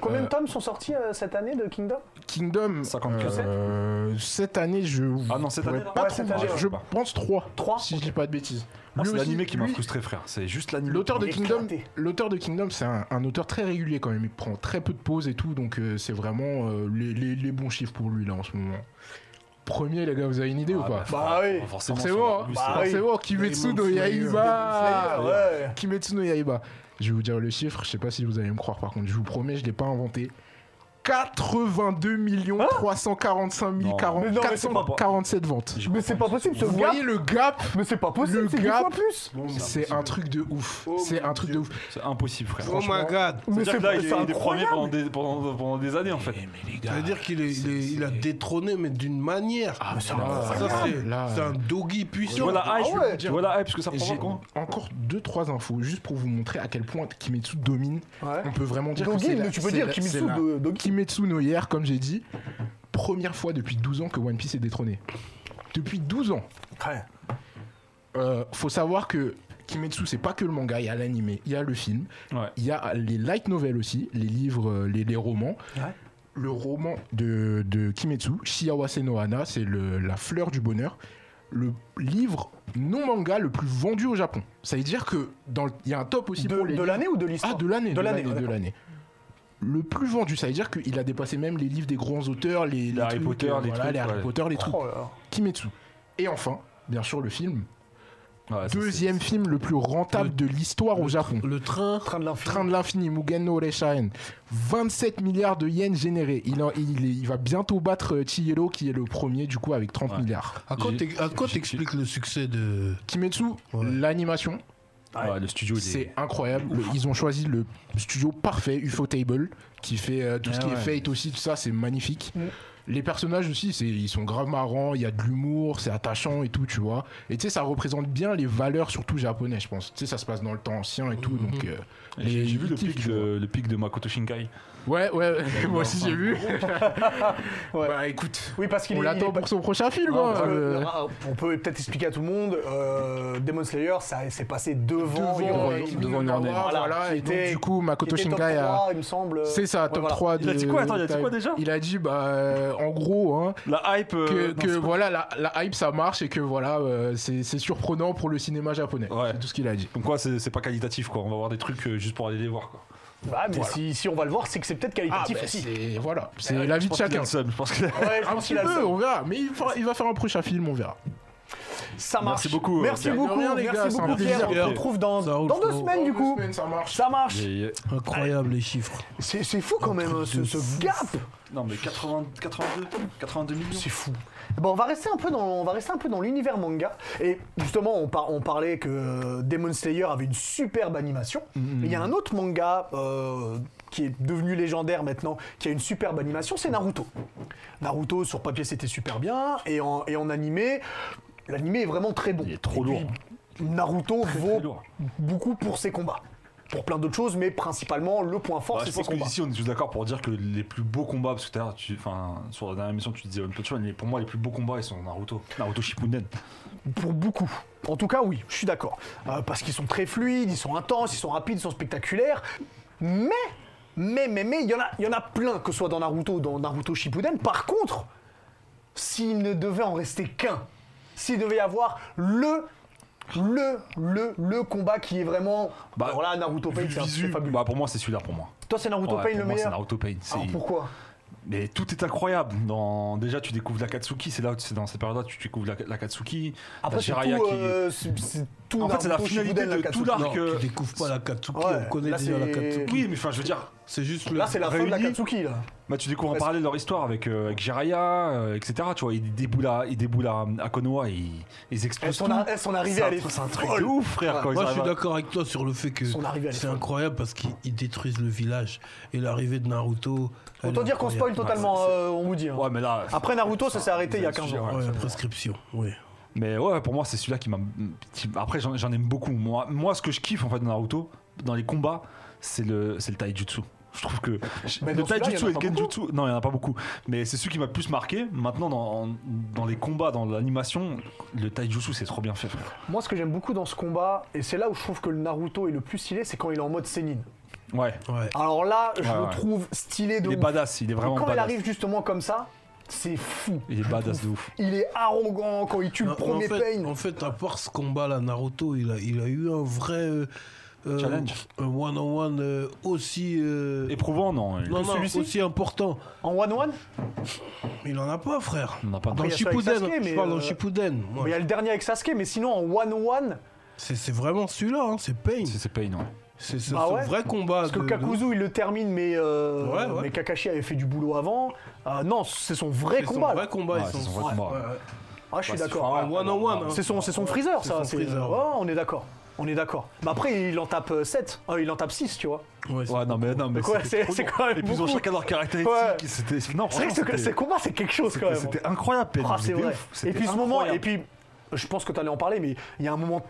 Speaker 1: Combien de
Speaker 4: Euh,
Speaker 1: tomes sont sortis euh, cette année de Kingdom
Speaker 4: Kingdom,
Speaker 2: 54.
Speaker 4: euh, cette année, je.
Speaker 2: Ah non, cette
Speaker 4: pourrais
Speaker 2: année, là.
Speaker 4: pas
Speaker 1: Ouais,
Speaker 4: trop
Speaker 1: cette année,
Speaker 4: dire.
Speaker 1: ouais.
Speaker 4: Je pense 3.
Speaker 1: Trois
Speaker 4: Si je dis pas de bêtises.
Speaker 2: Moi,
Speaker 4: Lui
Speaker 2: Ah, C'est
Speaker 4: aussi,
Speaker 2: l'animé qui m'a
Speaker 4: lui,
Speaker 2: frustré, frère. C'est juste l'animé.
Speaker 4: L'auteur de
Speaker 1: Il est
Speaker 4: Kingdom,
Speaker 1: éclaté.
Speaker 4: l'auteur de Kingdom, c'est un, un auteur très régulier quand même. Il prend très peu de pauses et tout, donc euh, c'est vraiment euh, les, les- les bons chiffres pour lui là en ce moment. Premier, les gars, vous avez une idée ou pas
Speaker 1: Bah oui.
Speaker 2: Ah, Forcément.
Speaker 4: Forcément, hein.
Speaker 2: c'est-
Speaker 1: Bah oui.
Speaker 4: forcément, Kimetsu no
Speaker 3: Demon Slayer.
Speaker 4: Yaiba.
Speaker 1: Ah Ouais.
Speaker 4: Kimetsu no Yaiba. Je vais vous dire le chiffre. Je sais pas si vous allez me croire. Par contre, je vous promets, je l'ai pas inventé. 82 345
Speaker 2: Non.
Speaker 4: 040
Speaker 1: Mais non, mais c'est pas-
Speaker 4: 447 ventes.
Speaker 1: Mais c'est pas possible ce
Speaker 4: Vous
Speaker 1: gars.
Speaker 4: voyez le gap
Speaker 1: Mais c'est pas
Speaker 4: le
Speaker 1: possible, c'est dix
Speaker 4: gap-
Speaker 1: fois plus.
Speaker 4: C'est un truc de ouf.
Speaker 3: Oh
Speaker 4: C'est
Speaker 3: mon
Speaker 4: un truc
Speaker 3: Dieu.
Speaker 4: de ouf.
Speaker 2: C'est impossible, frère.
Speaker 3: Oh my god.
Speaker 1: Mais
Speaker 2: C'est-à-dire que là, il
Speaker 1: c'est
Speaker 2: est des premiers
Speaker 1: incroyable.
Speaker 2: pendant des, pendant, pendant des années, en fait.
Speaker 3: Ça veut dire qu'il est- il est- il a détrôné, mais d'une manière.
Speaker 4: Ah, mais ça,
Speaker 3: Ça, c'est
Speaker 4: là,
Speaker 3: c'est un doggy
Speaker 2: Tu
Speaker 3: puissant.
Speaker 2: vois la hype,
Speaker 1: Ah ouais.
Speaker 2: tu vois la hype, parce que ça
Speaker 4: Et
Speaker 2: prend
Speaker 4: J'ai
Speaker 2: un con.
Speaker 4: encore deux trois infos juste pour vous montrer à quel point Kimetsu domine.
Speaker 1: Ouais.
Speaker 4: On peut vraiment dire
Speaker 1: Dogi,
Speaker 4: que c'est la-
Speaker 1: mais tu peux
Speaker 4: c'est
Speaker 1: dire
Speaker 4: la-
Speaker 1: Kimetsu
Speaker 4: c'est la-
Speaker 1: de Dogi.
Speaker 4: Kimetsu no hier, comme j'ai dit, première fois depuis 12 ans que One Piece est détrôné. Depuis 12 ans. Euh, faut savoir que Kimetsu, c'est pas que le manga, il y a l'anime, il y a le film,
Speaker 2: Ouais.
Speaker 4: il y a les light novels aussi, les livres, euh, les, les romans.
Speaker 1: Ouais.
Speaker 4: Le roman de, de Kimetsu, Shiawase no Hana, c'est le- la fleur du bonheur, le livre non manga le plus vendu au Japon. Ça veut dire que dans le- il y a un top aussi
Speaker 1: De,
Speaker 4: pour
Speaker 1: de
Speaker 4: les livres-
Speaker 1: l'année ou de l'histoire
Speaker 4: ah, de l'année,
Speaker 1: De
Speaker 4: de
Speaker 1: l'année,
Speaker 4: l'année, de
Speaker 1: d'accord.
Speaker 4: l'année. Le plus vendu, ça veut dire qu'il a dépassé même les livres des grands auteurs, les, les
Speaker 2: Harry
Speaker 4: trucs,
Speaker 2: Potter,
Speaker 4: euh,
Speaker 2: les
Speaker 4: voilà,
Speaker 2: trucs,
Speaker 4: les Harry
Speaker 2: ouais.
Speaker 4: Potter, les trucs.
Speaker 1: Oh là là.
Speaker 4: Kimetsu. Et enfin, bien sûr, le film.
Speaker 2: Ouais, Ah, ça, c'est-
Speaker 4: Deuxième film le plus rentable de l'histoire au Japon.
Speaker 3: Le train.
Speaker 1: Train de l'infini.
Speaker 4: Train de l'infini, Mugen no Oreshaen. 27 milliards de yens générés. Il, en- il, est- il va bientôt battre euh, Chihiro, qui est le premier, du coup, avec 30
Speaker 2: Ouais.
Speaker 4: milliards.
Speaker 3: À quoi
Speaker 2: J'ai-
Speaker 3: t'ex- à quoi
Speaker 2: j'ai-
Speaker 3: t'expliques le succès de.
Speaker 4: Kimetsu, l'animation,
Speaker 2: Ouais, le studio, il
Speaker 4: c'est
Speaker 2: est.
Speaker 4: incroyable. Le- ils ont choisi le studio parfait, UFO Table, qui fait euh, tout
Speaker 2: Ah
Speaker 4: ce qui
Speaker 2: ouais.
Speaker 4: est Fate aussi, tout ça, c'est magnifique. Les personnages aussi, c'est, ils sont grave marrants, il y a de l'humour, c'est attachant et tout, tu vois. Et tu sais, ça représente bien les valeurs, surtout japonais, je pense. Tu sais, ça se passe dans le temps ancien et tout, donc. euh,
Speaker 2: Mm-hmm. J'ai
Speaker 4: les-
Speaker 2: j'ai vu le
Speaker 4: ils kiffent,
Speaker 2: pic,
Speaker 4: tu vois.
Speaker 2: de, le pic de Makoto Shinkai.
Speaker 4: Ouais, ouais, moi aussi j'ai vu.
Speaker 1: Ouais.
Speaker 4: Bah écoute,
Speaker 1: Oui, parce qu'il
Speaker 4: on
Speaker 1: est- il est
Speaker 4: l'attend
Speaker 1: pas-
Speaker 4: pour son prochain film.
Speaker 1: Non,
Speaker 4: hein,
Speaker 1: parce que le-
Speaker 4: euh,
Speaker 1: le- ah, on peut peut-être expliquer à tout le monde, euh, Demon Slayer, ça s'est passé devant,
Speaker 4: devant,
Speaker 1: Hiro-
Speaker 4: euh,
Speaker 1: Hiro-
Speaker 4: Kimi no
Speaker 2: devant
Speaker 4: Nawa,
Speaker 2: Norden.
Speaker 4: voilà,
Speaker 1: qui
Speaker 4: et donc,
Speaker 1: était-
Speaker 4: du coup Makoto
Speaker 1: qui était top
Speaker 4: Shinkai a
Speaker 1: 3, il me semble.
Speaker 4: c'est ça
Speaker 1: Ouais,
Speaker 4: top
Speaker 1: voilà.
Speaker 4: 3 de
Speaker 2: Il a dit quoi Attends, il a dit quoi déjà
Speaker 4: Il a dit bah euh, en gros hein,
Speaker 2: La hype. euh,
Speaker 4: que,
Speaker 2: non,
Speaker 4: que
Speaker 2: c'est pas-
Speaker 4: voilà la, la hype ça marche et que voilà euh, c'est c'est surprenant pour le cinéma japonais.
Speaker 2: Ouais.
Speaker 4: C'est tout ce qu'il a dit.
Speaker 2: Comme quoi, c'est c'est pas qualitatif quoi. On va voir des trucs euh, juste pour aller les voir quoi.
Speaker 1: Ah, mais
Speaker 4: Voilà.
Speaker 1: si, si on va le voir, c'est que c'est peut-être
Speaker 4: Ah
Speaker 1: qualitatif
Speaker 4: bah,
Speaker 1: aussi.
Speaker 4: c'est voilà, c'est
Speaker 1: ouais,
Speaker 4: l'avis
Speaker 2: Je
Speaker 4: de
Speaker 2: pense qu'il a
Speaker 4: chacun.
Speaker 2: le seum, Je pense que.
Speaker 1: Ouais, je
Speaker 4: Un
Speaker 1: pense
Speaker 4: petit
Speaker 1: qu'il a le
Speaker 4: peu, hein.
Speaker 1: seum.
Speaker 4: on verra, mais il, fera- il va faire un prochain film, on verra.
Speaker 1: Ça marche.
Speaker 2: Merci beaucoup,
Speaker 1: Merci
Speaker 2: Pierre.
Speaker 1: beaucoup,
Speaker 4: De rien, les
Speaker 1: merci
Speaker 4: gars, c'est un
Speaker 1: beaucoup, Pierre.
Speaker 4: plaisir.
Speaker 1: On se retrouve dans,
Speaker 3: Ça
Speaker 1: dans
Speaker 3: roule,
Speaker 1: deux
Speaker 3: ça roule.
Speaker 1: semaines, du coup.
Speaker 4: ça marche.
Speaker 1: Ça marche.
Speaker 2: Et- euh,
Speaker 3: Incroyable les chiffres.
Speaker 2: Ah,
Speaker 1: C'est c'est fou quand même, hein, ce, ce gap.
Speaker 2: Non mais 80, 82, 82 millions.
Speaker 1: C'est fou. Bon, Eh ben, on va rester un peu dans, on va rester un peu dans l'univers manga. Et justement, on, par- on parlait que euh, Demon Slayer avait une superbe animation.
Speaker 2: Mm,
Speaker 1: Il y a un autre manga euh, qui est devenu légendaire maintenant, qui a une superbe animation, c'est Naruto. Naruto sur papier c'était super bien, et en, et en animé, l'animé est vraiment très bon.
Speaker 2: Il est trop
Speaker 1: Et puis,
Speaker 2: lourd.
Speaker 1: Naruto vaut
Speaker 2: lourd.
Speaker 1: beaucoup pour ses combats, pour plein d'autres choses, mais principalement le point fort
Speaker 2: Bah,
Speaker 1: c'est
Speaker 2: je
Speaker 1: ses
Speaker 2: pense
Speaker 1: combats.
Speaker 2: qu'ici on est tous d'accord pour dire que les plus beaux combats, parce que tout à l'heure, tu- enfin, sur la dernière émission tu disais One Punch Man, mais pour moi les plus beaux combats ils sont Naruto, Naruto Shippuden.
Speaker 1: Pour beaucoup. En tout cas, oui, je suis d'accord. Euh, parce qu'ils sont très fluides, ils sont intenses, ils sont rapides, ils sont spectaculaires. Mais, mais, mais, mais, il y, en a- il y en a plein, que ce soit dans Naruto ou dans Naruto Shippuden. Par contre, s'il ne devait en rester qu'un, s'il devait y avoir le, le, le, le combat qui est vraiment...
Speaker 2: Bah,
Speaker 1: alors là, Naruto Pain,
Speaker 2: Vu
Speaker 1: c'est
Speaker 2: le
Speaker 1: un-
Speaker 2: visu,
Speaker 1: c'est fabuleux.
Speaker 2: bah, pour moi c'est celui-là pour moi.
Speaker 1: Toi, c'est Naruto
Speaker 2: Ouais,
Speaker 1: Pain
Speaker 2: pour
Speaker 1: le
Speaker 2: moi, c'est
Speaker 1: meilleur Ah,
Speaker 2: Naruto Pain. c'est-
Speaker 1: Alors pourquoi
Speaker 2: Mais tout est incroyable. Dans... Déjà tu découvres l'Akatsuki, c'est là, c'est dans cette période-là tu découvres l'Aka- l'Akatsuki.
Speaker 1: Après,
Speaker 2: t'as
Speaker 1: c'est
Speaker 2: Jiraiya
Speaker 1: tout,
Speaker 2: qui-
Speaker 1: euh, c'est- c'est tout
Speaker 2: En fait, c'est la
Speaker 1: Naruto
Speaker 2: finalité
Speaker 1: Shippuden,
Speaker 2: de
Speaker 1: la
Speaker 2: tout
Speaker 1: Katsuki.
Speaker 2: l'arc.
Speaker 3: Non,
Speaker 2: que-
Speaker 3: tu découvres pas la Katsuki,
Speaker 1: Ouais,
Speaker 3: on connaît
Speaker 1: là,
Speaker 3: déjà la
Speaker 1: c'est-
Speaker 3: Katsuki.
Speaker 2: Oui mais enfin je veux dire,
Speaker 3: C'est juste le.
Speaker 1: Là, c'est la fin de la
Speaker 2: Réunis.
Speaker 1: Katsuki, là.
Speaker 2: Bah, tu découvres en
Speaker 1: Presque.
Speaker 2: parallèle leur histoire avec, euh, avec Jiraiya, euh, etc. Tu vois, ils déboulent à, ils déboulent à, à Konoha, et ils, ils
Speaker 1: Elles
Speaker 2: explosent.
Speaker 1: sont,
Speaker 2: tout.
Speaker 1: elles sont arrivées
Speaker 2: C'est un
Speaker 1: à les...
Speaker 2: truc- c'est un truc de ouf, frère.
Speaker 1: Ouais.
Speaker 2: quand ils
Speaker 3: Moi, je suis
Speaker 2: arrivent à-
Speaker 3: d'accord avec toi sur le fait que
Speaker 1: Son arrivée, elle est
Speaker 3: c'est
Speaker 1: folle.
Speaker 3: incroyable parce qu'ils ils détruisent le village et l'arrivée de Naruto. elle
Speaker 1: Autant
Speaker 3: est
Speaker 1: dire qu'on spoil
Speaker 3: incroyable.
Speaker 1: totalement, hein. euh, on vous dit. hein.
Speaker 2: Ouais, mais là.
Speaker 1: Après Naruto, ça s'est arrêté il y a
Speaker 2: c'est un
Speaker 1: 15
Speaker 2: sujet,
Speaker 1: ans.
Speaker 2: ouais.
Speaker 3: Ouais, la prescription, oui.
Speaker 2: Mais ouais, pour moi, c'est celui-là qui m'a. qui- Après, j'en j'en aime beaucoup. Moi, moi, ce que je kiffe en fait dans Naruto, dans les combats, c'est le, c'est le taijutsu. Je trouve que
Speaker 1: Mais
Speaker 2: le
Speaker 1: dans celui-là,
Speaker 2: taijutsu
Speaker 1: il y en a
Speaker 2: et le
Speaker 1: pas
Speaker 2: genjutsu, non, il n'y en a pas beaucoup. Mais c'est celui qui m'a le plus marqué. Maintenant, dans, dans les combats, dans l'animation, le taijutsu, c'est trop bien fait, frère.
Speaker 1: Moi, ce que j'aime beaucoup dans ce combat, et c'est là où je trouve que le Naruto est le plus stylé, c'est quand il est en mode Sénine.
Speaker 2: Ouais.
Speaker 3: Ouais.
Speaker 1: Alors là, je
Speaker 2: Ouais,
Speaker 1: le
Speaker 2: ouais.
Speaker 1: trouve stylé de
Speaker 2: Il est
Speaker 1: ouf.
Speaker 2: badass, il est
Speaker 1: Et
Speaker 2: vraiment
Speaker 1: quand il
Speaker 2: badass.
Speaker 1: arrive justement comme ça, c'est fou.
Speaker 2: Il est badass de ouf.
Speaker 1: Il est arrogant quand il tue
Speaker 3: Non,
Speaker 1: le premier
Speaker 3: en fait,
Speaker 1: Pain.
Speaker 3: en fait, à part ce combat-là, Naruto, il a, il a eu un vrai. euh, euh,
Speaker 2: Challenge.
Speaker 3: Un one-on-one euh, aussi. euh,
Speaker 2: Éprouvant, non. il-
Speaker 3: non, non,
Speaker 1: celui-ci
Speaker 3: aussi important.
Speaker 1: En one one,
Speaker 3: Il en a pas, frère.
Speaker 2: On n'a pas
Speaker 3: Dans
Speaker 1: il y a ça avec
Speaker 3: Shippuden,
Speaker 1: Sasuke,
Speaker 3: je
Speaker 1: mais,
Speaker 3: parle
Speaker 1: euh,
Speaker 3: dans Shippuden. moi.
Speaker 1: mais il y a le dernier avec Sasuke, mais sinon en one one,
Speaker 3: Ah, C'est c'est vraiment celui-là, hein, c'est Pain.
Speaker 2: C'est c'est pas une, ouais.
Speaker 3: C'est c'est
Speaker 1: Bah
Speaker 3: son
Speaker 1: ouais.
Speaker 3: vrai combat.
Speaker 1: parce que
Speaker 3: de- de-
Speaker 1: Kakuzu il le termine, mais, euh,
Speaker 3: Ouais, ouais.
Speaker 1: mais Kakashi avait fait du boulot avant. Euh, non, c'est son vrai
Speaker 3: C'est son
Speaker 1: combat. là.
Speaker 3: vrai combat.
Speaker 2: Ouais,
Speaker 3: ils
Speaker 2: c'est
Speaker 3: sont-
Speaker 2: son vrai combat.
Speaker 3: ouais, ouais.
Speaker 1: Ah, je suis
Speaker 2: Bah, c'est-
Speaker 1: d'accord.
Speaker 2: enfin,
Speaker 3: En one-on-one. hein.
Speaker 1: C'est son, c'est son freezer,
Speaker 3: C'est
Speaker 1: ça.
Speaker 3: son
Speaker 1: c'est-
Speaker 3: freezer.
Speaker 1: Ouais, on est d'accord. On est d'accord. Mais après, il en tape 7. il en tape 6, tu vois.
Speaker 3: Ouais, c'est-
Speaker 2: Ouais, non, mais, non, mais
Speaker 1: quoi,
Speaker 2: c'était
Speaker 1: c'est-
Speaker 2: trop
Speaker 1: c'est
Speaker 2: lourd.
Speaker 1: quand même
Speaker 2: Et puis ils ont
Speaker 1: beaucoup.
Speaker 2: chacun leurs caractéristiques.
Speaker 1: Ouais.
Speaker 2: C'était,
Speaker 1: C'est
Speaker 2: non,
Speaker 1: vrai que
Speaker 2: franchement,
Speaker 1: ce,
Speaker 2: c'était-
Speaker 1: ce combat, c'est quelque chose quand
Speaker 2: c'était,
Speaker 1: même.
Speaker 2: c'était incroyable. Pedro,
Speaker 1: Ah, c'est
Speaker 2: c'était
Speaker 1: vrai.
Speaker 2: ouf,
Speaker 1: Et
Speaker 2: c'était
Speaker 1: puis ce moment,
Speaker 2: incroyable.
Speaker 1: et puis, je pense que tu allais en parler, mais il y a un moment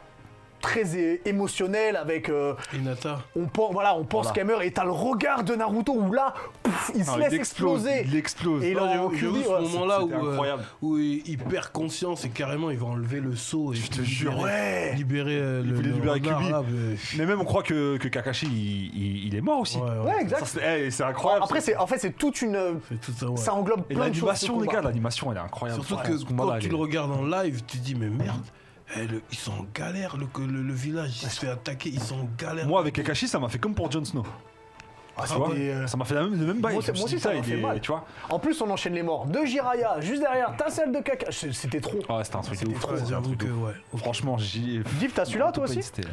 Speaker 1: très é- émotionnel avec. euh,
Speaker 3: Hinata.
Speaker 1: on pense, voilà, on pense
Speaker 2: Voilà.
Speaker 1: qu'elle meurt et t'as le regard de Naruto où là, pouf, il se
Speaker 2: Ah,
Speaker 1: laisse
Speaker 2: il explose,
Speaker 1: exploser.
Speaker 2: Il explose.
Speaker 1: Et il
Speaker 3: Non,
Speaker 1: en
Speaker 3: j'ai vu- j'ai
Speaker 1: Kyuubi,
Speaker 3: vu ce
Speaker 1: ouais,
Speaker 3: moment-là où,
Speaker 2: c'était
Speaker 3: euh,
Speaker 2: incroyable.
Speaker 3: où il, il perd conscience et carrément il va enlever le seau et
Speaker 2: Je te
Speaker 3: libérer-
Speaker 2: jure,
Speaker 1: ouais.
Speaker 3: libérer euh, le,
Speaker 2: voulait
Speaker 3: le
Speaker 2: libérer
Speaker 3: renard,
Speaker 2: Kyuubi.
Speaker 3: là, mais-
Speaker 2: Mais même, on croit que, que Kakashi, il, il- il est mort aussi.
Speaker 3: Ouais, ouais.
Speaker 1: Ouais,
Speaker 2: Ça,
Speaker 1: exact.
Speaker 2: c'est, eh, c'est incroyable.
Speaker 1: Après, c'est, en fait, c'est toute une. euh,
Speaker 3: C'est tout ça, ouais.
Speaker 1: Ça englobe
Speaker 2: Et
Speaker 1: plein de choses. ce
Speaker 2: l'animation, les
Speaker 1: combat.
Speaker 2: gars, l'animation, elle est incroyable.
Speaker 3: Surtout
Speaker 2: Ouais,
Speaker 3: que
Speaker 2: ce combat-là,
Speaker 3: quand
Speaker 2: elle
Speaker 3: tu
Speaker 2: est-
Speaker 3: le regardes en live, tu dis mais merde, eh, le- ils sont en galère, le, que le, le village il se fait attaquer, ils sont en galère.
Speaker 2: Moi, avec Kakashi, ça m'a fait comme pour Jon Snow.
Speaker 1: euh, Ah,
Speaker 2: Tu vois
Speaker 1: c'était, euh,
Speaker 2: Ça m'a fait la même, le même bail.
Speaker 1: Moi,
Speaker 2: Je me
Speaker 1: moi aussi,
Speaker 2: suis dit,
Speaker 1: ça m'a
Speaker 2: il
Speaker 1: fait
Speaker 2: est-
Speaker 1: mal.
Speaker 2: Tu vois
Speaker 1: En plus, on enchaîne les morts. De Jiraya, juste derrière, ta salle de caca. C'est- C'était trop.
Speaker 2: Ouais, Ah, c'était un truc de ouf.
Speaker 3: Ouais,
Speaker 2: c'était un
Speaker 3: j'avoue
Speaker 2: truc
Speaker 3: que
Speaker 2: de ouf.
Speaker 3: ouais.
Speaker 2: Franchement, j'ai.
Speaker 1: Div, t'as celui-là, toi aussi
Speaker 2: C'était-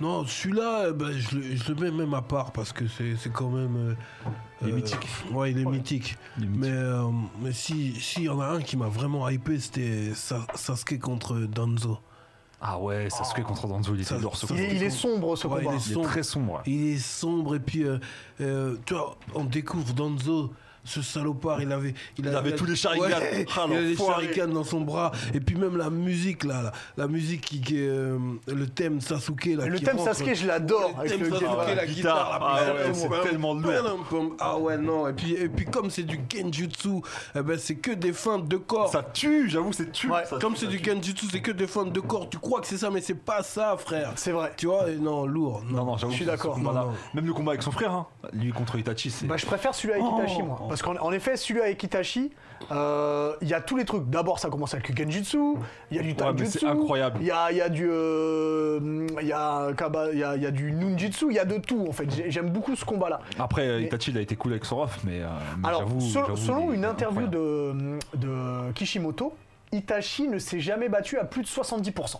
Speaker 3: Non, celui-là, euh, ben, je, le- je le mets même à part parce que c'est c'est quand même. euh,
Speaker 2: Il est
Speaker 3: euh,
Speaker 2: mythique.
Speaker 3: Ouais, il est mythique.
Speaker 2: Il est mythique.
Speaker 3: Mais, euh, mais si s'il y en a un qui m'a vraiment hypé, c'était Sa- Sasuke contre Danzo.
Speaker 2: Ah ouais, Sasuke contre Danzo, il était
Speaker 3: Ça-
Speaker 2: lourd ce
Speaker 3: ça-
Speaker 1: Il
Speaker 2: combat.
Speaker 1: est, il est sombre ce
Speaker 3: Ouais,
Speaker 1: combat.
Speaker 3: il est
Speaker 2: Il est
Speaker 3: sombre.
Speaker 2: très sombre.
Speaker 3: Il est sombre et puis, euh, euh, tu vois, on découvre Danzo ce salopard, il avait,
Speaker 2: Il avait tous les shurikens.
Speaker 3: Ouais,
Speaker 2: Ah,
Speaker 3: [LAUGHS] il avait les
Speaker 2: l'enfoiré.
Speaker 3: shurikens dans son bras. Et puis même la musique là, la, la musique qui, qui est, euh, le thème Sasuke là.
Speaker 1: Le
Speaker 3: qui
Speaker 1: thème
Speaker 3: rentre.
Speaker 1: Sasuke, je l'adore.
Speaker 3: Le
Speaker 1: avec
Speaker 3: thème
Speaker 1: le-
Speaker 3: Sasuke,
Speaker 1: voilà.
Speaker 3: la guitare,
Speaker 2: guitare.
Speaker 3: la
Speaker 2: Ah ouais,
Speaker 3: pom,
Speaker 2: c'est
Speaker 3: pom,
Speaker 2: tellement lourd.
Speaker 3: pom, pom. Ah ouais non. Et puis et puis comme c'est du genjutsu, eh ben c'est que des feintes de corps.
Speaker 2: Ça tue, j'avoue, c'est tue.
Speaker 1: Ouais.
Speaker 2: ça-
Speaker 3: Comme c'est du genjutsu, c'est que des feintes de corps. Tu crois que c'est ça, mais c'est pas ça, frère.
Speaker 1: C'est vrai.
Speaker 3: Tu vois, et non, lourd.
Speaker 2: Non,
Speaker 3: Non,
Speaker 2: non, j'avoue.
Speaker 1: Je suis
Speaker 2: que
Speaker 1: d'accord.
Speaker 2: ce combat-là-
Speaker 3: Non, non.
Speaker 2: Même le combat avec son frère, hein, lui contre Itachi, c'est.
Speaker 1: Bah, je préfère celui avec
Speaker 2: Oh.
Speaker 1: Itachi, moi. Parce qu'en en effet, celui avec Itachi, euh, il y a tous les trucs. D'abord, ça commence avec le Kenjutsu, il y a du
Speaker 2: Ouais, mais
Speaker 1: Taijutsu.
Speaker 2: c'est incroyable.
Speaker 1: Il y a, il y a du. euh, Il y, a Kaba- il y a- il y a du Nunjutsu, il y a de tout, en fait. J'ai- J'aime beaucoup ce combat-là.
Speaker 2: Après, Itachi, il a été cool avec son ref, mais. euh, mais
Speaker 1: Alors,
Speaker 2: j'avoue-
Speaker 1: sel-
Speaker 2: j'avoue,
Speaker 1: selon
Speaker 2: il est
Speaker 1: une interview de,
Speaker 2: incroyable.
Speaker 1: de Kishimoto, Itachi ne s'est jamais battu à plus de 70%.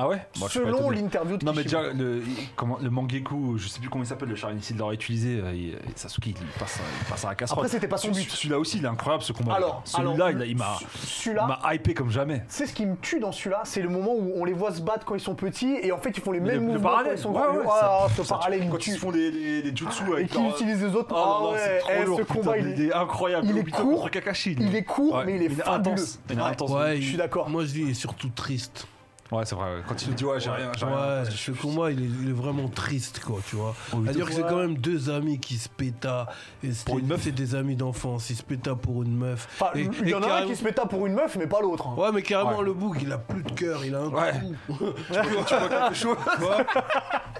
Speaker 2: Ah ouais Moi, je suis pas
Speaker 1: selon
Speaker 2: étonné.
Speaker 1: l'interview de
Speaker 2: Non mais
Speaker 1: Kishimoto.
Speaker 2: déjà le, comment, le Mangeku, je sais plus comment il s'appelle, le charinicide l'aurait utilisé, euh, il- Sasuke il passe, à- il passe à la casserole.
Speaker 1: Après, c'était pas son
Speaker 2: Celui-
Speaker 1: but.
Speaker 2: Celui-là aussi il est incroyable ce combat.
Speaker 1: Alors,
Speaker 2: celui-là
Speaker 1: alors,
Speaker 2: il a- il m'a
Speaker 1: ce-
Speaker 2: il
Speaker 1: celui-là-
Speaker 2: m'a hypé comme jamais.
Speaker 1: C'est ce qui me tue dans celui-là, c'est le moment où on les voit se battre quand ils sont petits et en fait ils font les mêmes
Speaker 2: le,
Speaker 1: mouvements quand ils sont grands. Ah, ce parallèle il me
Speaker 2: quand
Speaker 1: tue.
Speaker 2: ils se font des, des, des jutsu
Speaker 1: Et
Speaker 2: avec
Speaker 1: qu'ils
Speaker 2: leur-
Speaker 1: utilisent les autres.
Speaker 2: Oh
Speaker 1: ah
Speaker 2: là là, c'est
Speaker 1: ouais,
Speaker 2: trop
Speaker 1: eh,
Speaker 2: lourd,
Speaker 1: ce
Speaker 2: putain,
Speaker 1: combat
Speaker 2: il, est incroyable.
Speaker 1: il est
Speaker 2: Obito
Speaker 1: court,
Speaker 2: contre Kakashi,
Speaker 1: il est court, mais il est fabuleux.
Speaker 2: intense. Il est
Speaker 1: Ouais.
Speaker 2: intense.
Speaker 3: Ouais,
Speaker 1: je
Speaker 3: il-
Speaker 1: suis d'accord.
Speaker 3: Moi, je dis, il est surtout triste.
Speaker 2: Ouais, c'est vrai. ouais. Quand il dit ouais, j'ai rien, j'ai rien.
Speaker 3: Ouais, ce combat, il est, il est vraiment triste, quoi, tu vois. C'est-à-dire que c'est quand même deux amis qui se péta. Et c'est-
Speaker 2: Pour une meuf.
Speaker 3: C'est des amis d'enfance, ils se péta pour une meuf.
Speaker 1: Enfin,
Speaker 3: Et-
Speaker 1: il
Speaker 3: et
Speaker 1: y en a un
Speaker 3: carrément-
Speaker 1: qui se péta pour une meuf, mais pas l'autre. hein.
Speaker 3: Ouais, mais carrément,
Speaker 2: Ouais.
Speaker 3: le bouc, il a plus de cœur, il a un
Speaker 2: Ouais.
Speaker 3: trou. tu vois quelque chose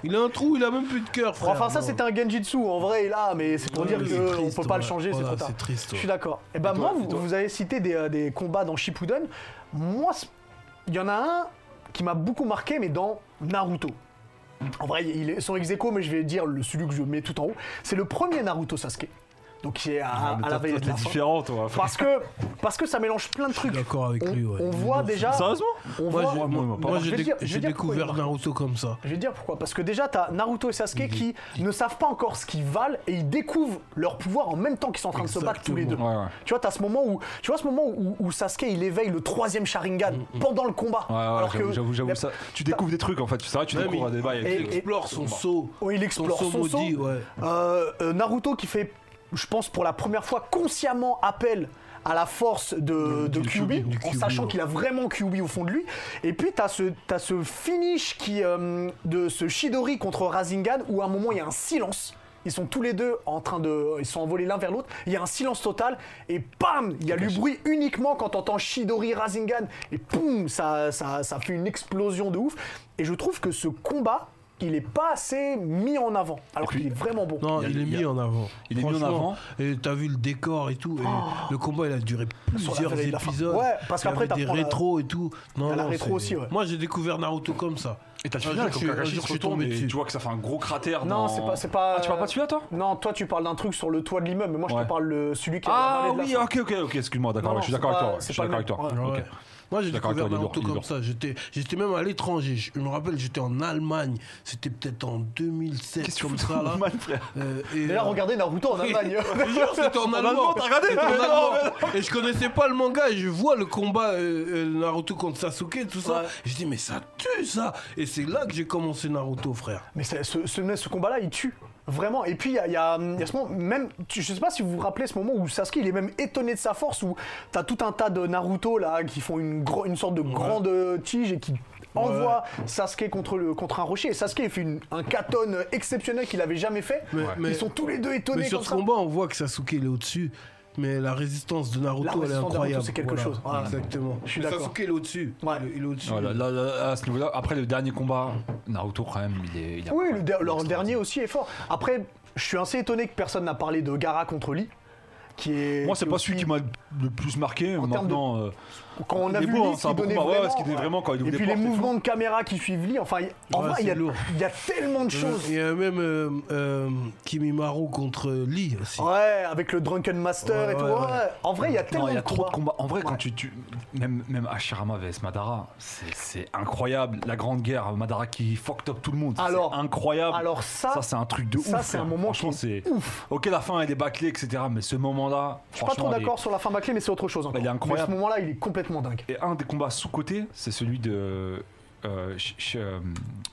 Speaker 3: Il a un trou, il a même plus de cœur, frère.
Speaker 1: Enfin, ça
Speaker 3: Non.
Speaker 1: c'était un Genjutsu en vrai, et là, mais c'est pour
Speaker 3: Ouais,
Speaker 1: dire
Speaker 3: mais
Speaker 1: qu'on
Speaker 3: c'est
Speaker 1: on
Speaker 3: triste,
Speaker 1: peut pas le
Speaker 3: ouais.
Speaker 1: changer,
Speaker 3: Voilà,
Speaker 1: c'est trop tard.
Speaker 3: c'est triste,
Speaker 1: Je suis
Speaker 3: ouais.
Speaker 1: d'accord. Et ben moi, vous, vous avez cité des, euh, des combats dans Shippuden. Moi, c'est- il y en a un qui m'a beaucoup marqué, mais dans Naruto. En vrai, il est, son ex aequo, mais je vais dire le, celui que je mets tout en haut, c'est le premier Naruto Sasuke. Donc qui est à,
Speaker 2: Ah, mais
Speaker 1: à la
Speaker 2: toi,
Speaker 1: veille
Speaker 2: toi,
Speaker 1: de la
Speaker 2: t'es
Speaker 1: fin.
Speaker 2: différent, toi.
Speaker 1: Parce que, parce que ça mélange plein de trucs.
Speaker 3: d'accord avec
Speaker 1: on,
Speaker 3: lui, ouais.
Speaker 1: On
Speaker 3: Il est
Speaker 1: voit
Speaker 3: bon.
Speaker 1: déjà.
Speaker 2: Sérieusement
Speaker 1: On
Speaker 3: Moi,
Speaker 1: voit-
Speaker 3: j'ai-
Speaker 2: moi, il m'a pas-
Speaker 3: moi,
Speaker 1: Alors, je
Speaker 3: j'ai
Speaker 1: vais
Speaker 3: dé-
Speaker 1: dire- je vais
Speaker 3: j'ai
Speaker 1: dire pourquoi il
Speaker 3: découvert
Speaker 1: m'a-
Speaker 3: Naruto comme ça.
Speaker 1: Je vais te dire pourquoi. Parce que déjà, t'as Naruto et
Speaker 2: Mhm.
Speaker 1: Sasuke qui ne savent pas encore ce qu'ils valent et ils découvrent leur pouvoir en même temps qu'ils sont en train de se battre tous les deux.
Speaker 2: Ouais, ouais.
Speaker 1: Tu vois, t'as ce moment où, tu vois ce moment où, où Sasuke il éveille le troisième Sharingan
Speaker 3: Mhm.
Speaker 1: pendant le combat.
Speaker 2: Ouais, ouais,
Speaker 1: alors
Speaker 2: j'avoue,
Speaker 1: que
Speaker 2: j'avoue, j'avoue
Speaker 1: la-
Speaker 2: ça. Tu découvres des trucs en fait, c'est vrai, tu
Speaker 3: Ouais,
Speaker 2: découvres
Speaker 3: mais-
Speaker 2: des bails.
Speaker 1: Et-
Speaker 3: Il
Speaker 2: avec-
Speaker 3: explore son saut.
Speaker 1: Oh, il explore son, saut.
Speaker 3: maudit, ouais.
Speaker 1: Euh, euh, Naruto qui fait, je pense pour la première fois consciemment appel à la force de, de
Speaker 3: du
Speaker 1: Kyuubi,
Speaker 3: Kyuubi, du
Speaker 1: en
Speaker 3: Kyuubi,
Speaker 1: sachant
Speaker 3: ouais.
Speaker 1: qu'il a vraiment Kyuubi au fond de lui. Et puis t'as ce, t'as ce finish qui, euh, de ce Shidori contre Rasengan où à un moment il y a un silence. Ils sont tous les deux en train de. Ils sont envolés l'un vers l'autre. Il y a un silence total. Et bam Il y a du bruit uniquement quand t'entends Shidori Rasengan. Et poum ça, ça, ça fait une explosion de ouf. Et je trouve que ce combat, il est pas assez mis en avant. Alors qu'il est vraiment bon.
Speaker 3: Non,
Speaker 2: Il y a-
Speaker 3: il, est
Speaker 2: il y a-
Speaker 3: mis en avant.
Speaker 2: il est mis en
Speaker 3: Franchement,
Speaker 2: avant.
Speaker 3: Et t'as vu le décor et tout. Et le combat, il a duré
Speaker 1: Oh. la
Speaker 3: plusieurs
Speaker 1: veille de la fin.
Speaker 3: épisodes.
Speaker 1: Ouais, parce
Speaker 3: Il y
Speaker 1: qu'après,
Speaker 3: avait des
Speaker 1: t'apprends la-
Speaker 3: rétros et tout. Non,
Speaker 1: T'as la
Speaker 3: non,
Speaker 1: rétro
Speaker 3: c'est-
Speaker 1: aussi, ouais.
Speaker 3: Moi, j'ai découvert Naruto comme ça.
Speaker 2: Et t'as
Speaker 3: Un
Speaker 2: fini
Speaker 3: jour,
Speaker 2: là,
Speaker 3: je
Speaker 2: quand
Speaker 3: suis- un
Speaker 2: Kakashi
Speaker 3: jour,
Speaker 2: se
Speaker 3: je suis
Speaker 2: retourne
Speaker 3: tombé
Speaker 2: et
Speaker 3: dessus.
Speaker 2: tu vois que ça fait un gros cratère
Speaker 1: Non,
Speaker 2: dans-
Speaker 1: c'est pas, c'est pas.
Speaker 2: Ah, tu parles pas de celui-là, toi
Speaker 1: Non, toi tu parles d'un truc sur le toit de l'immeuble, mais moi je
Speaker 2: Ouais.
Speaker 1: te parle de celui qui. a
Speaker 2: Ah
Speaker 1: la vallée de
Speaker 2: oui,
Speaker 1: la
Speaker 2: ok, ok, ok, excuse-moi, d'accord,
Speaker 1: Non,
Speaker 2: ouais, je suis
Speaker 1: non,
Speaker 2: d'accord
Speaker 1: c'est pas-
Speaker 2: avec toi. ouais, Je
Speaker 1: c'est
Speaker 2: suis
Speaker 1: pas le
Speaker 2: d'accord avec toi.
Speaker 1: même.
Speaker 2: ok.
Speaker 3: Ouais. Moi, j'ai
Speaker 2: D'accord,
Speaker 3: découvert
Speaker 2: il est lourd,
Speaker 3: Naruto
Speaker 2: il est
Speaker 3: comme
Speaker 2: lourd.
Speaker 3: ça. J'étais j'étais même à l'étranger. Je je me rappelle, j'étais en Allemagne. C'était peut-être en 2007,
Speaker 2: Qu'est-ce que tu
Speaker 3: comme
Speaker 2: fous
Speaker 3: ça, là.
Speaker 2: de mal, frère
Speaker 3: Euh, et,
Speaker 1: Déjà,
Speaker 3: euh,
Speaker 1: regardez Naruto en Allemagne.
Speaker 3: [LAUGHS]
Speaker 1: [LAUGHS]
Speaker 3: Je te jure, c'était en allemand.
Speaker 2: allemand, t'as regardé,
Speaker 3: C'était en
Speaker 2: mais non,
Speaker 3: allemand. Et je connaissais pas le manga. Et je vois le combat euh, euh, Naruto contre Sasuke, tout ça.
Speaker 1: Ouais.
Speaker 3: Et je dis, mais ça tue ça. Et c'est là que j'ai commencé Naruto, frère.
Speaker 1: mais c'est- ce, ce- ce combat-là, il tue. Vraiment. Et puis, il y a, il y a- hum, il y a ce moment, même, tu- je sais pas si vous vous rappelez ce moment où Sasuke, il est même étonné de sa force, où t'as tout un tas de Naruto, là, qui font une, gro- une sorte de grande euh, tige et qui envoie Sasuke contre, le, contre un rocher. Et Sasuke, il fait une- un katon exceptionnel qu'il avait jamais fait.
Speaker 3: Mais- mais-
Speaker 1: Ils sont tous les deux étonnés
Speaker 3: Mais sur
Speaker 1: comme
Speaker 3: ce
Speaker 1: ça.
Speaker 3: combat, on voit que Sasuke il est au-dessus. Mais la résistance de Naruto,
Speaker 1: La
Speaker 3: elle est
Speaker 1: résistance de Naruto,
Speaker 3: incroyable.
Speaker 1: c'est quelque chose. Ouais.
Speaker 3: Exactement.
Speaker 1: Je suis
Speaker 3: Mais
Speaker 1: d'accord.
Speaker 3: Sasuke il est au-dessus.
Speaker 1: Ouais.
Speaker 3: Il est- Il est au-dessus.
Speaker 2: Voilà, là, là, à ce niveau-là, après le dernier combat, Naruto, quand même, il est. il
Speaker 1: Oui, le
Speaker 2: est incroyable.
Speaker 1: der- leur dernier aussi est fort. Après, je suis assez étonné que personne n'a parlé de Gara contre Lee. Qui est,
Speaker 2: Moi, c'est
Speaker 1: est
Speaker 2: pas celui
Speaker 1: aussi-
Speaker 2: qui m'a le plus marqué.
Speaker 1: termes de-
Speaker 2: Maintenant, euh,
Speaker 1: Quand on a
Speaker 2: il est
Speaker 1: vu
Speaker 2: beau,
Speaker 1: Lee,
Speaker 2: hein,
Speaker 1: ce
Speaker 2: c'est un
Speaker 1: qu'il
Speaker 2: bon
Speaker 1: donnait
Speaker 2: combat, ouais,
Speaker 1: vraiment,
Speaker 2: ce qu'il donnait vraiment quand il
Speaker 1: Et
Speaker 2: ouvre
Speaker 1: puis
Speaker 2: des
Speaker 1: les
Speaker 2: portes et
Speaker 1: mouvements de caméra qui suivent Lee. Enfin, il- en
Speaker 3: Ouais,
Speaker 1: vrai,
Speaker 3: c'est
Speaker 1: il y, a,
Speaker 3: lourd.
Speaker 1: il y a tellement de choses.
Speaker 3: Il y a même euh, euh, Kimimaro contre Lee aussi.
Speaker 1: Ouais, avec le Drunken Master
Speaker 3: Ouais,
Speaker 1: et tout.
Speaker 3: ouais,
Speaker 1: Ouais,
Speaker 3: ouais.
Speaker 1: En vrai, il y a tellement
Speaker 2: Non, il y a
Speaker 1: de
Speaker 2: trop de
Speaker 1: combats.
Speaker 2: combats. En vrai, quand tu, tu même même Hashirama vs Madara, c'est- c'est incroyable. La grande guerre, Madara qui fucked up tout le monde. c'est
Speaker 1: Alors-
Speaker 2: incroyable.
Speaker 1: alors ça-
Speaker 2: c'est un truc de ouf.
Speaker 1: ça, c'est
Speaker 2: frère.
Speaker 1: un moment
Speaker 2: Franchement,
Speaker 1: qui est
Speaker 2: c'est Ok, la fin elle est bâclée, etc. Mais ce moment-là,
Speaker 1: Je suis pas trop d'accord sur la fin bâclée, mais c'est autre chose. Encore.
Speaker 2: il est
Speaker 1: Mais
Speaker 2: incroyable.
Speaker 1: ce moment-là, il est complètement dingue.
Speaker 2: Et un des combats sous côté, c'est celui de euh, Sh- Sh- euh,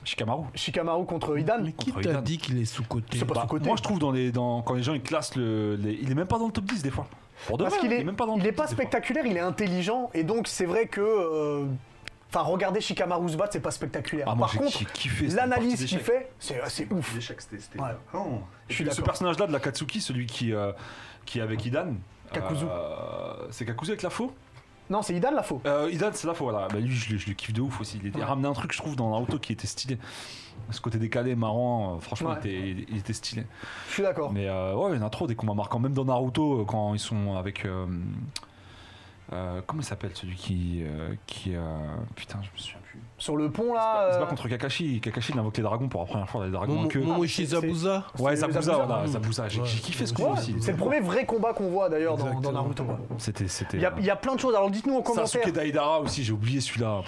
Speaker 2: Shikamaru.
Speaker 1: Shikamaru contre Hidan.
Speaker 3: Mais qui
Speaker 2: Contre
Speaker 3: t'a
Speaker 2: Idan.
Speaker 3: dit qu'il est sous-côté
Speaker 1: C'est pas sous côté.
Speaker 2: Bah, Moi, je trouve dans les, dans, quand les gens ils classent le, les- il est même pas dans le top 10 des fois. Pour de
Speaker 1: Parce
Speaker 2: vrai,
Speaker 1: qu'il
Speaker 2: hein,
Speaker 1: est,
Speaker 2: même pas dans le
Speaker 1: il est
Speaker 2: top
Speaker 1: pas
Speaker 2: 10 des fois.
Speaker 1: spectaculaire, il est intelligent. Et donc, c'est vrai que. euh, Enfin, regarder Shikamaru se battre, c'est pas spectaculaire.
Speaker 2: Ah, moi,
Speaker 1: Par
Speaker 2: j'ai-
Speaker 1: contre,
Speaker 2: j'ai kiffé cette partie
Speaker 1: l'analyse qu'il
Speaker 2: d'échecs.
Speaker 1: fait, c'est euh, c'est ouf.
Speaker 2: L'échec, c'était. c'était-
Speaker 1: Ouais.
Speaker 2: Oh.
Speaker 1: Je
Speaker 2: Et
Speaker 1: suis
Speaker 2: puis, Ce
Speaker 1: d'accord.
Speaker 2: personnage-là de la Katsuki, celui qui, euh, qui est avec Idan.
Speaker 1: Kakuzu.
Speaker 2: euh, c'est Kakuzu avec la faux
Speaker 1: Non, c'est Hidan la faux.
Speaker 2: euh, Idan, c'est la faux, voilà. Bah, lui, je, le- je le kiffe de ouf aussi. Il, était- il a ramené un truc, je trouve, dans Naruto qui était stylé. Ce côté décalé, marrant, euh, franchement,
Speaker 1: Ouais.
Speaker 2: il, était, il- il était stylé.
Speaker 1: Je suis d'accord.
Speaker 2: Mais euh, ouais, il y en a trop des combats marquants. Même dans Naruto, euh, quand ils sont avec. euh, euh, comment il s'appelle celui qui. euh, qui euh, putain, je me souviens plus.
Speaker 1: Sur le pont,
Speaker 2: C'est
Speaker 1: là.
Speaker 2: pas, c'est
Speaker 1: euh,
Speaker 2: pas contre Kakashi. Kakashi, il invoque les dragons pour la première fois, les dragons en
Speaker 3: Momo-
Speaker 2: queue.
Speaker 3: Momoshi
Speaker 1: Ah, c'est- c'est-
Speaker 3: Zabuza
Speaker 2: Ouais,
Speaker 1: c'est
Speaker 2: Zabuza,
Speaker 1: Zabuza.
Speaker 2: voilà, Zabuza. J'ai
Speaker 3: Ouais.
Speaker 2: j'ai kiffé ce
Speaker 3: Ouais,
Speaker 2: combat
Speaker 1: ouais,
Speaker 2: aussi.
Speaker 1: c'est le premier vrai combat qu'on voit d'ailleurs dans, dans
Speaker 3: Exactement.
Speaker 1: Naruto. ouais.
Speaker 2: C'était. c'était euh,
Speaker 1: Il y, a, il y a plein de choses, alors dites-nous en commentaire. Oh,
Speaker 2: Sasuke Daidara aussi, j'ai oublié celui-là.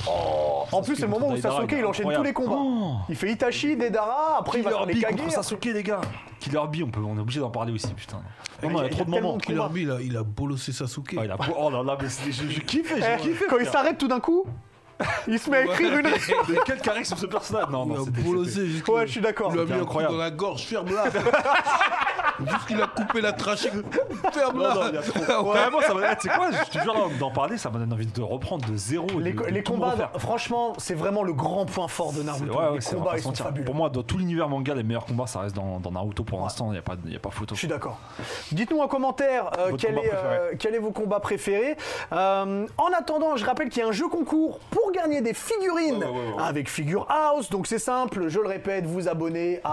Speaker 1: en plus, c'est le moment où Sasuke il enchaîne tous les combats. Il fait Itachi, Deidara, après il va
Speaker 2: Oh.
Speaker 1: faire
Speaker 2: Killer
Speaker 1: les
Speaker 2: Bee
Speaker 1: Kage.
Speaker 2: contre Sasuke, les gars. Killer Bee, on, peut, on est obligé d'en parler aussi, putain.
Speaker 1: il y
Speaker 2: Vraiment,
Speaker 1: a-
Speaker 2: il y a trop de
Speaker 1: il y a tellement
Speaker 2: moments.
Speaker 1: de
Speaker 3: Killer
Speaker 1: combat.
Speaker 3: Bee, il a, il a bolossé Sasuke.
Speaker 2: Ah, il a- Oh là là, mais c'est- je, je kiffe,
Speaker 1: Eh,
Speaker 2: j'ai kiffé.
Speaker 1: quand il s'arrête tout d'un coup, [LAUGHS] il se met à écrire une.
Speaker 2: Mais quel charisme ce personnage Non,
Speaker 3: Il
Speaker 2: non,
Speaker 3: a
Speaker 2: c'était- c'était-
Speaker 3: bolossé jusqu'à.
Speaker 1: Ouais, je suis d'accord.
Speaker 3: Il lui a
Speaker 2: C'était
Speaker 3: mis un coup
Speaker 2: incroyable.
Speaker 3: dans la gorge, ferme-la Jusqu'il a coupé la trachée,
Speaker 2: Non, non, il y
Speaker 3: ferme-la
Speaker 2: a
Speaker 3: [LAUGHS]
Speaker 2: trop. Vraiment, Bah, ça m'a. Tu sais quoi, je te jure, d'en- d'en parler, ça m'a donné envie de reprendre de zéro. et de-
Speaker 1: Les,
Speaker 2: de
Speaker 1: les
Speaker 2: tout me
Speaker 1: combats,
Speaker 2: refaire.
Speaker 1: franchement, c'est vraiment le grand point fort de
Speaker 2: C'est-
Speaker 1: Naruto.
Speaker 2: ouais, ouais,
Speaker 1: les
Speaker 2: c'est- on va
Speaker 1: combats,
Speaker 2: pas
Speaker 1: ils
Speaker 2: se
Speaker 1: sont
Speaker 2: mentir.
Speaker 1: fabuleux.
Speaker 2: Pour moi, dans tout l'univers manga, les meilleurs combats, ça reste dans, dans Naruto pour l'instant. Il n'y a, pas de- y a pas photo.
Speaker 1: Je suis d'accord. Dites-nous en commentaire euh,
Speaker 2: Votre
Speaker 1: quel,
Speaker 2: combat
Speaker 1: est, euh,
Speaker 2: préféré.
Speaker 1: quel est vos combats préférés. Euh, en attendant, je rappelle qu'il y a un jeu concours pour gagner des figurines
Speaker 2: Ouais, ouais, ouais, ouais.
Speaker 1: avec Figure House. Donc c'est simple, je le répète, vous abonnez à,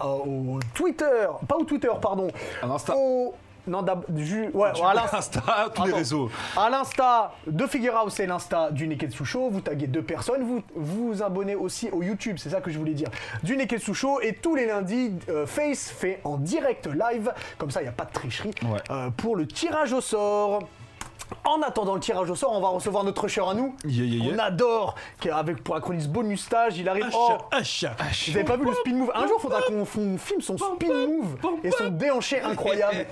Speaker 1: à- à- au Twitter, pas au Twitter, pardon,
Speaker 2: À l'Insta.
Speaker 1: au non, d'ab- ju-
Speaker 2: Ah,
Speaker 1: ouais, à l'Insta.
Speaker 2: Insta, tous les
Speaker 1: Attends.
Speaker 2: réseaux.
Speaker 1: À l'insta de Figure House et l'insta du Neketsu Show, vous taguez deux personnes, vous vous abonnez aussi au YouTube, c'est ça que je voulais dire, du Neketsu Show. Et tous les lundis, euh, Face fait en direct live, comme ça il n'y a pas de tricherie,
Speaker 2: Ouais.
Speaker 1: euh, pour le tirage au sort. En attendant le tirage au sort, on va recevoir notre cher à nous.
Speaker 2: Yeah, yeah, yeah.
Speaker 1: On adore, qui est avec pour la chronique bonus stage, il arrive. Oh,
Speaker 3: Hacha, hacha
Speaker 1: vous avez pas vu le spin move Un jour, faudra qu'on qu'on filme son spin move et son déhanché
Speaker 5: [LAUGHS]
Speaker 1: incroyable.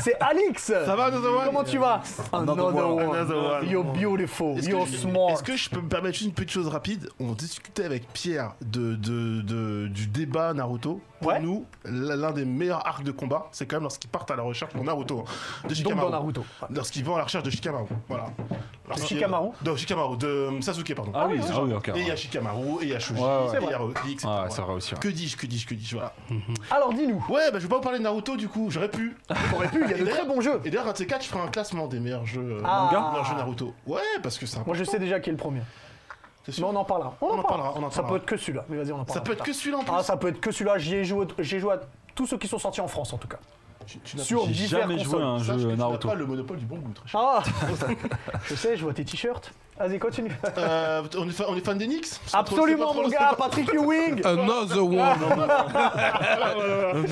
Speaker 1: C'est Alix Ça
Speaker 5: va, Another One
Speaker 1: Comment tu vas
Speaker 2: Another one.
Speaker 5: Another one.
Speaker 1: You're beautiful,
Speaker 5: Est-ce que,
Speaker 1: you're
Speaker 5: je-
Speaker 1: smart.
Speaker 5: est-ce que je peux me permettre juste une petite chose rapide On discutait avec Pierre de, de- de- du débat Naruto. Pour
Speaker 1: Ouais.
Speaker 5: nous, l- l'un des meilleurs arcs de combat, c'est quand même lorsqu'ils partent à la recherche pour Naruto. hein, De
Speaker 1: Donc
Speaker 5: Shikamaru.
Speaker 1: dans Naruto.
Speaker 5: Lorsqu'ils vont à la recherche de Shikamaru. Voilà. Lorsqu'il-
Speaker 1: Shikamaru
Speaker 5: De Shikamaru, de euh, Sasuke, pardon.
Speaker 2: Ah oui, ah oui, ok.
Speaker 5: Et il y a Shikamaru, et il y a Shoji,
Speaker 2: Ouais, ouais.
Speaker 5: et il y a Rocky, etc.
Speaker 2: Ah, ouais,
Speaker 5: Voilà.
Speaker 2: c'est vrai aussi. ouais.
Speaker 5: Que dis-je, que dis-je, que dis-je, voilà.
Speaker 1: Alors dis-nous,
Speaker 5: Ouais, bah je vais pas vous parler de Naruto du coup,
Speaker 1: [LAUGHS]
Speaker 5: j'aurais pu.
Speaker 1: t'aurais pu, il y a de très bons jeux.
Speaker 5: Et d'ailleurs, un de ces quatre, je ferai un classement des meilleurs jeux euh,
Speaker 1: Ah.
Speaker 5: manga, meilleurs jeux Naruto. Ouais, parce que c'est important.
Speaker 1: Moi je sais déjà qui est le premier.
Speaker 5: c'est
Speaker 1: Mais
Speaker 5: sûr.
Speaker 1: on en parlera.
Speaker 5: On en parlera, on en
Speaker 1: Ça peut
Speaker 5: parlera.
Speaker 1: être que celui-là. Mais vas-y, on en parlera.
Speaker 5: Ça peut être que celui-là en plus.
Speaker 1: Ah, ça peut être que celui-là. J'y ai joué, j'ai joué à tous ceux qui sont sortis en France en tout cas.
Speaker 5: Tu- tu n'as-
Speaker 1: Sur
Speaker 2: J'ai
Speaker 1: divers
Speaker 2: jamais joué à
Speaker 1: consoles.
Speaker 2: un
Speaker 5: Sache que
Speaker 2: jeu
Speaker 5: tu n'as
Speaker 2: Naruto.
Speaker 5: pas le monopole du bon goût, [LAUGHS] très cher.
Speaker 1: Ah [LAUGHS] Je sais, je vois tes t-shirts. Vas-y, continue.
Speaker 5: Euh, on, est fa- on est fan d'Enix C'est pas trop-
Speaker 1: Absolument,
Speaker 5: c'est pas
Speaker 1: mon
Speaker 5: Euh, trop-
Speaker 1: gars, Patrick Ewing
Speaker 3: Another one [LAUGHS] Another one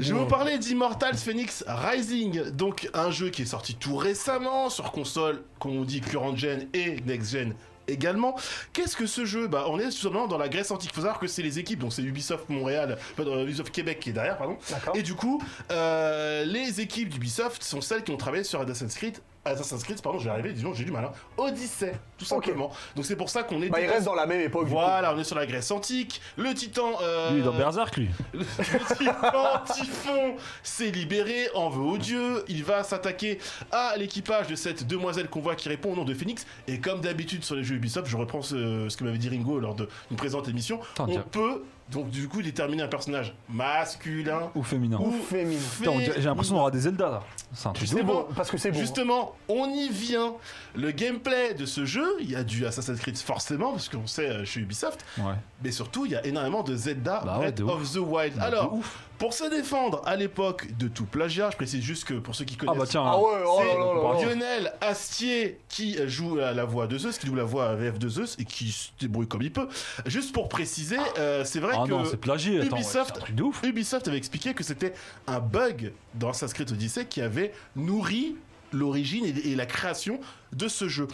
Speaker 5: Je vais vous
Speaker 1: Mmh.
Speaker 5: parler d'Immortals Phoenix Rising, donc un jeu qui est sorti tout récemment sur console, comme on dit, current gen et next gen également. Qu'est-ce que ce jeu Bah, on est seulement dans la Grèce antique. Faut savoir que c'est les équipes, donc c'est Ubisoft Montréal, enfin, euh, Ubisoft Québec qui est derrière, pardon.
Speaker 1: D'accord.
Speaker 5: Et du coup, euh, les équipes d'Ubisoft sont celles qui ont travaillé sur Assassin's Creed. Assassin's Creed, pardon, je vais arriver, disons, j'ai du mal. hein. Odyssey, tout simplement. Donc c'est pour ça qu'on est.
Speaker 1: Bah, il reste dans la même époque. du coup.
Speaker 5: Voilà, on est sur la Grèce antique. Le titan. euh,
Speaker 2: Lui, il est dans Berserk, lui.
Speaker 5: le typhon, Typhon s'est libéré, en veut au dieu. Il va s'attaquer à l'équipage de cette demoiselle qu'on voit qui répond au nom de Phoenix. Et comme d'habitude sur les jeux Ubisoft, je reprends ce, ce que m'avait dit Ringo lors de- d'une présente émission.
Speaker 2: Attends,
Speaker 5: on
Speaker 2: tiens.
Speaker 5: peut donc du coup déterminer un personnage masculin
Speaker 2: Ou féminin.
Speaker 5: ou
Speaker 1: féminin.
Speaker 2: Putain, on dirait- J'ai l'impression d'avoir des Zelda là. C'est un truc de
Speaker 1: C'est
Speaker 5: C'est
Speaker 1: bon,
Speaker 5: bon.
Speaker 1: parce que c'est bon.
Speaker 5: Justement, on y vient. Le gameplay de ce jeu, il y a du Assassin's Creed forcément, parce qu'on sait euh, chez Ubisoft,
Speaker 2: ouf. Ouais.
Speaker 5: mais surtout, il y a énormément de Zelda
Speaker 2: Bah ouais,
Speaker 5: Breath
Speaker 2: de ouf.
Speaker 5: of the Wild.
Speaker 2: Bah, de
Speaker 5: Alors, pour se défendre à l'époque de tout plagiat, je précise juste que pour ceux qui
Speaker 2: Ah
Speaker 5: connaissent,
Speaker 2: bah tiens.
Speaker 1: Ah ouais, oh là là là là.
Speaker 5: c'est Lionel Astier qui joue la, la voix de Zeus, qui double la voix à VF de Zeus et qui se débrouille comme il peut. Juste pour préciser, euh, c'est vrai
Speaker 2: Ah
Speaker 5: que
Speaker 2: non, c'est plagié. Attends, ouais, c'est un
Speaker 5: Ubisoft-
Speaker 2: truc de ouf.
Speaker 5: Ubisoft avait expliqué que c'était un bug dans Assassin's Creed Odyssey qui avait nourri l'origine et, et la création de ce jeu.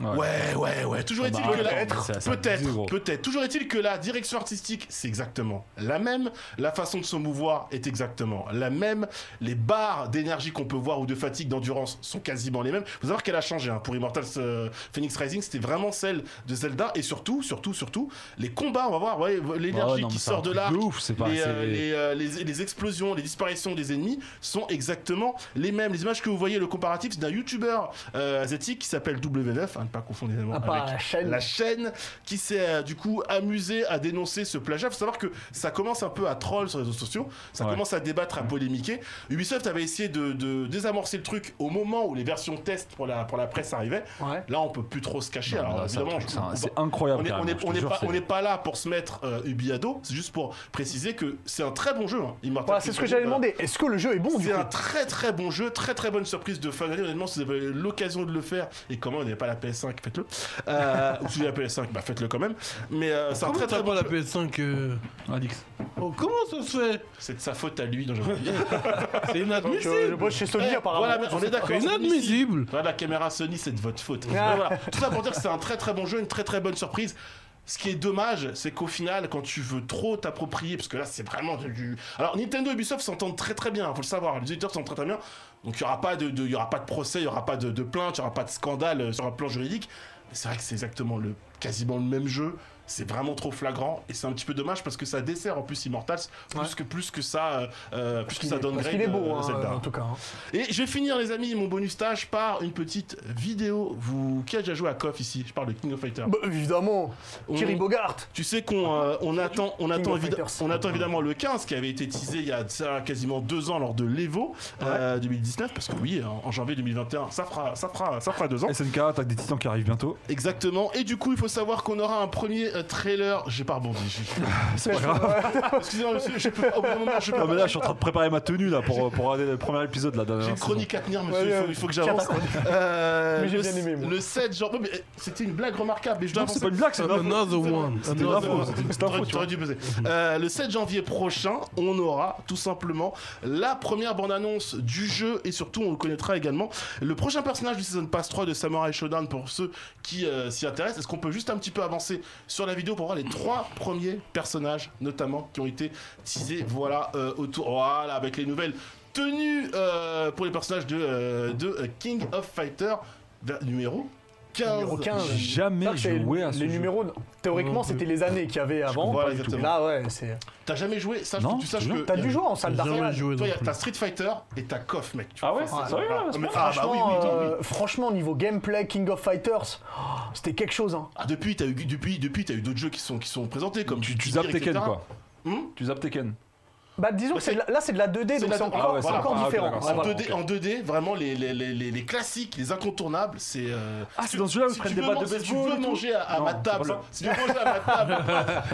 Speaker 5: Ouais, ouais, ouais. Toujours est-il
Speaker 2: Bah,
Speaker 5: que la...
Speaker 2: c'est assez abusé, gros.
Speaker 5: Peut-être, peut-être. Toujours est-il que la direction artistique, c'est exactement la même. La façon de se mouvoir est exactement la même. Les barres d'énergie qu'on peut voir ou de fatigue, d'endurance sont quasiment les mêmes. Vous savoir qu'elle a changé. hein. Pour Immortals euh, Phoenix Rising, c'était vraiment celle de Zelda. Et surtout, surtout, surtout, les combats, on va voir, ouais, l'énergie
Speaker 2: Bah Ouais, non,
Speaker 5: qui
Speaker 2: mais c'est
Speaker 5: sort
Speaker 2: un
Speaker 5: de
Speaker 2: truc
Speaker 5: l'arc.
Speaker 2: ouf, Bah, c'est Ah, pas-
Speaker 5: les, euh,
Speaker 2: c'est-
Speaker 5: les, euh, les- les explosions, les disparitions des ennemis sont exactement les mêmes. Les images que vous voyez, le comparatif, c'est d'un youtubeur euh, asiatique qui s'appelle W9, à ne pas confondre évidemment
Speaker 1: Ah, pas
Speaker 5: avec
Speaker 1: la chaîne.
Speaker 5: la chaîne qui s'est euh, du coup amusé à dénoncer ce plagiat. Faut savoir que ça commence un peu à troll sur les réseaux sociaux, ça
Speaker 2: Ouais. Mmh.
Speaker 5: commence à débattre, à polémiquer. Ubisoft avait essayé de, de désamorcer le truc au moment où les versions test pour la, pour la presse arrivaient.
Speaker 1: Ouais.
Speaker 5: Là, on peut plus trop se cacher.
Speaker 2: Non, mais
Speaker 5: Alors,
Speaker 2: là, c'est un
Speaker 5: évidemment,
Speaker 2: truc,
Speaker 5: je-
Speaker 2: c'est un-
Speaker 5: on-
Speaker 2: c'est incroyable,
Speaker 5: On n'est
Speaker 2: carrément, hein, je te jure,
Speaker 5: pas,
Speaker 2: c'est-
Speaker 5: on n'est pas là pour se mettre euh, Ubi à dos. C'est juste pour préciser que c'est un très bon jeu. Hein. Immortal
Speaker 1: Voilà, c'est ce que
Speaker 5: Phoenix
Speaker 1: j'allais
Speaker 5: Rising, euh,
Speaker 1: demander. Est-ce que le jeu est bon du
Speaker 5: c'est
Speaker 1: coup
Speaker 5: un très très bon jeu, très très bonne surprise de fin d'année. Honnêtement, si vous avez l'occasion de le faire, et comment vous n'avez pas la PS5, faites-le. Euh, ou si vous avez la PS5, bah faites-le quand même. Mais euh, c'est un
Speaker 3: Comment
Speaker 5: très
Speaker 3: t'as
Speaker 5: très bon
Speaker 3: pas la
Speaker 5: jeu.
Speaker 3: PS5 euh,
Speaker 2: Alix.
Speaker 3: oh, Comment ça se fait
Speaker 5: C'est de sa faute à lui. donc je-
Speaker 3: [LAUGHS] C'est
Speaker 1: Je, je
Speaker 3: inadmissible
Speaker 1: bosse chez Sony
Speaker 5: Eh,
Speaker 1: apparemment.
Speaker 5: voilà, mais on est d'accord.
Speaker 3: C'est inadmissible
Speaker 5: Voilà, la caméra Sony, c'est de votre faute.
Speaker 1: [LAUGHS] Ah.
Speaker 5: Mais voilà. Tout ça pour dire que c'est un très très bon jeu, une très très bonne surprise. Ce qui est dommage, c'est qu'au final, quand tu veux trop t'approprier, parce que là, c'est vraiment du- du. Alors, Nintendo et Ubisoft s'entendent très très bien, faut le savoir. Les éditeurs s'entendent très très bien. Donc, il n'y aura, pas de, de- il y aura pas de procès, il n'y aura pas de, de plainte, il n'y aura pas de scandale euh, sur un plan juridique. Mais c'est vrai que c'est exactement le, quasiment le même jeu. C'est vraiment trop flagrant et c'est un petit peu dommage parce que ça dessert en plus Immortals plus
Speaker 1: Ouais.
Speaker 5: que plus que ça, euh, euh,
Speaker 1: Parce
Speaker 5: plus que
Speaker 1: qu'il
Speaker 5: ça
Speaker 1: est-
Speaker 5: donne euh,
Speaker 1: Parce qu'il est beau, hein,
Speaker 5: Zelda.
Speaker 1: en tout cas. hein.
Speaker 5: Et je vais finir, les amis, mon bonus stage par une petite vidéo. Vous, qui a déjà joué à KOF ici Je parle de King of Fighters.
Speaker 1: Bah, évidemment,
Speaker 5: On-
Speaker 1: Thierry Bogart.
Speaker 5: Tu sais qu'on euh, on attend, on attend,
Speaker 1: of
Speaker 5: évid-
Speaker 1: Fighters.
Speaker 5: on attend évidemment le 15 qui avait été teasé il y a de ça quasiment deux ans lors de l'Evo euh, 2019 parce que oui en, en janvier 2021 ça fera ça fera ça fera deux ans
Speaker 2: SNK, attaque des titans qui arrive bientôt.
Speaker 5: exactement et du coup il faut savoir qu'on aura un premier euh, trailer j'ai pas rebondi
Speaker 2: [LAUGHS]
Speaker 5: je-
Speaker 2: C'est pas grave.
Speaker 5: [LAUGHS] excusez-moi monsieur je peux pas au bout d'un moment je peux
Speaker 2: Non, mais
Speaker 5: pas
Speaker 2: là, je suis en train de préparer ma tenue là pour, pour aller- le premier épisode là. de la
Speaker 5: J'ai une
Speaker 2: saison.
Speaker 5: chronique à tenir, monsieur.
Speaker 1: Ouais,
Speaker 5: il, faut,
Speaker 1: ouais.
Speaker 5: il faut que
Speaker 1: Tiens,
Speaker 5: j'avance.
Speaker 1: ta chronique.
Speaker 5: Euh,
Speaker 1: Mais j'ai
Speaker 5: le-
Speaker 1: bien aimé, moi.
Speaker 5: Le 7 genre mais, euh, c'était une blague remarquable. Mais je dois
Speaker 2: Non, c'est
Speaker 5: avancer.
Speaker 2: pas une blague, c'est une info.
Speaker 3: Another one
Speaker 2: C'était une
Speaker 3: Another
Speaker 2: info,
Speaker 3: one
Speaker 2: c'était une petite info,
Speaker 5: T'aurais
Speaker 2: tu vois.
Speaker 5: t'aurais dû buzzer. Euh, le 7 janvier prochain, on aura tout simplement la première bande-annonce du jeu et surtout on le connaîtra également le prochain personnage du Season Pass 3 de Samurai Shodown pour ceux qui euh, s'y intéressent. Est-ce qu'on peut juste un petit peu avancer sur la vidéo pour voir les trois premiers personnages notamment qui ont été teasés voilà euh, autour voilà avec les nouvelles tenues euh, pour les personnages de, euh, de euh, King of Fighter vers- numéro 15.
Speaker 1: Numéro 15.
Speaker 2: J'ai jamais
Speaker 1: C'est vrai que c'est
Speaker 2: joué à ce
Speaker 1: Les
Speaker 2: jeu.
Speaker 1: numéros, théoriquement,
Speaker 3: Non plus.
Speaker 1: c'était les années qu'il y avait avant.
Speaker 5: Voilà,
Speaker 1: Mais
Speaker 5: exactement.
Speaker 1: Là, ouais, c'est.
Speaker 5: T'as jamais joué ça
Speaker 2: Non,
Speaker 5: tu saches
Speaker 2: je te
Speaker 5: que
Speaker 2: jure.
Speaker 1: T'as dû jouer en salle
Speaker 3: J'ai
Speaker 1: d'arcade.
Speaker 3: jamais joué
Speaker 5: Toi,
Speaker 3: non
Speaker 5: y a-
Speaker 3: plus.
Speaker 5: t'as Street Fighter et t'as KOF, mec. tu
Speaker 2: Ah ouais,
Speaker 5: vois.
Speaker 1: Ouais.
Speaker 2: c'est sérieux là, à ce
Speaker 5: Mais-
Speaker 2: moment-là
Speaker 5: Ah bah oui, oui, oui, oui.
Speaker 1: euh, franchement, niveau gameplay, King of Fighters, oh, c'était quelque chose. Hein.
Speaker 5: Ah, depuis, t'as eu, depuis, depuis, t'as eu d'autres jeux qui sont, qui sont présentés comme
Speaker 2: Tu, tu
Speaker 5: Gear,
Speaker 2: zappes Tekken
Speaker 5: etc.
Speaker 2: quoi.
Speaker 5: Hum
Speaker 2: Tu zappes Tekken.
Speaker 1: Bah, disons que c'est de la- là, c'est de la 2D,
Speaker 5: C'est
Speaker 1: donc
Speaker 5: de la
Speaker 1: c'est
Speaker 5: 2D.
Speaker 1: encore,
Speaker 2: Ah ouais,
Speaker 1: c'est
Speaker 2: c'est
Speaker 1: encore
Speaker 2: encore- ah,
Speaker 1: différent.
Speaker 2: ok,
Speaker 5: en,
Speaker 2: d'accord,
Speaker 1: voilà.
Speaker 5: 2D, en 2D, vraiment les, les, les, les, les classiques, les incontournables, c'est. euh,
Speaker 2: Ah,
Speaker 5: si
Speaker 2: c'est
Speaker 5: tu-
Speaker 2: dans celui-là où
Speaker 5: si
Speaker 2: ils prennent
Speaker 5: tu
Speaker 2: des
Speaker 5: veux
Speaker 2: balles
Speaker 5: man-
Speaker 2: de
Speaker 5: si tu
Speaker 2: baseball
Speaker 5: veux
Speaker 2: et tout
Speaker 5: manger à, à
Speaker 2: Non,
Speaker 5: ma
Speaker 2: c'est
Speaker 5: table,
Speaker 2: pas là.
Speaker 5: si tu veux manger à ma table,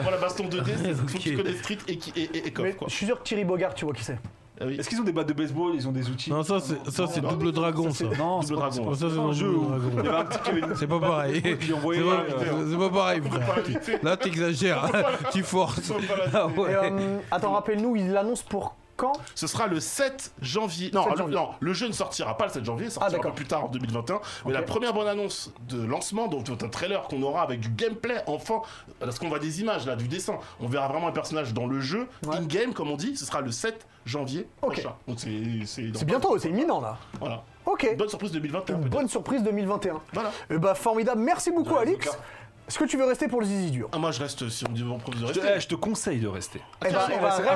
Speaker 5: pour la baston 2D, il faut que tu
Speaker 3: Ok.
Speaker 5: connais Street et, qui- et, et, et KOF,
Speaker 1: Mais
Speaker 5: quoi.
Speaker 1: je suis sûr que Thierry Bogart, tu vois qui c'est.
Speaker 5: Ah oui.
Speaker 2: Est-ce qu'ils ont des battes de baseball Ils ont des outils
Speaker 3: Non, ça c'est ça, c'est
Speaker 5: non,
Speaker 3: double
Speaker 5: non,
Speaker 3: dragon ça.
Speaker 2: [LAUGHS] Non,
Speaker 5: Double
Speaker 2: c'est pas-
Speaker 5: Dragon.
Speaker 3: Ça, c'est
Speaker 2: c'est pas
Speaker 3: dans
Speaker 2: un jeu
Speaker 3: Double
Speaker 2: où
Speaker 3: Dragon.
Speaker 2: il y avait [LAUGHS] un petit qui avait une-
Speaker 3: C'est pas pareil.
Speaker 2: Et puis on voyait,
Speaker 3: C'est pas,
Speaker 2: euh,
Speaker 3: c'est pas pareil, frère.
Speaker 5: [LAUGHS]
Speaker 3: Là, t'exagères. hein. tu forces. Ah ouais.
Speaker 1: Et, euh, attends, rappelle-nous, il l'annonce pour quand
Speaker 5: Ce sera le 7 janvier. Non,
Speaker 1: 7
Speaker 5: le-
Speaker 1: janvier.
Speaker 5: non, le jeu ne sortira pas le 7 janvier,
Speaker 1: Ah,
Speaker 5: il sortira un peu
Speaker 1: d'accord.
Speaker 5: plus tard en 2021. Mais la première bonne annonce de lancement, donc un trailer qu'on aura avec du gameplay, enfin, parce qu'on voit des images là, du dessin, on verra vraiment un personnage dans le jeu,
Speaker 1: Ouais.
Speaker 5: in-game comme on dit, ce sera le 7 janvier
Speaker 1: Ok.
Speaker 5: prochain. Donc c'est- c'est dans-
Speaker 1: C'est bientôt, c'est imminent là.
Speaker 5: Voilà.
Speaker 1: Ok.
Speaker 5: Bonne surprise 2021.
Speaker 1: Une
Speaker 5: peut-être.
Speaker 1: bonne surprise 2021.
Speaker 5: Voilà.
Speaker 1: Eh bah, formidable. Merci beaucoup,
Speaker 5: Ouais,
Speaker 1: Alix.
Speaker 5: Bogart.
Speaker 1: Est-ce que tu veux rester pour le zizi dur
Speaker 5: Ah, moi je reste sur mon propose de
Speaker 2: Je
Speaker 5: rester.
Speaker 2: te- eh, je te conseille de rester.
Speaker 1: Eh bah, eh bah,
Speaker 2: c'est
Speaker 1: reste,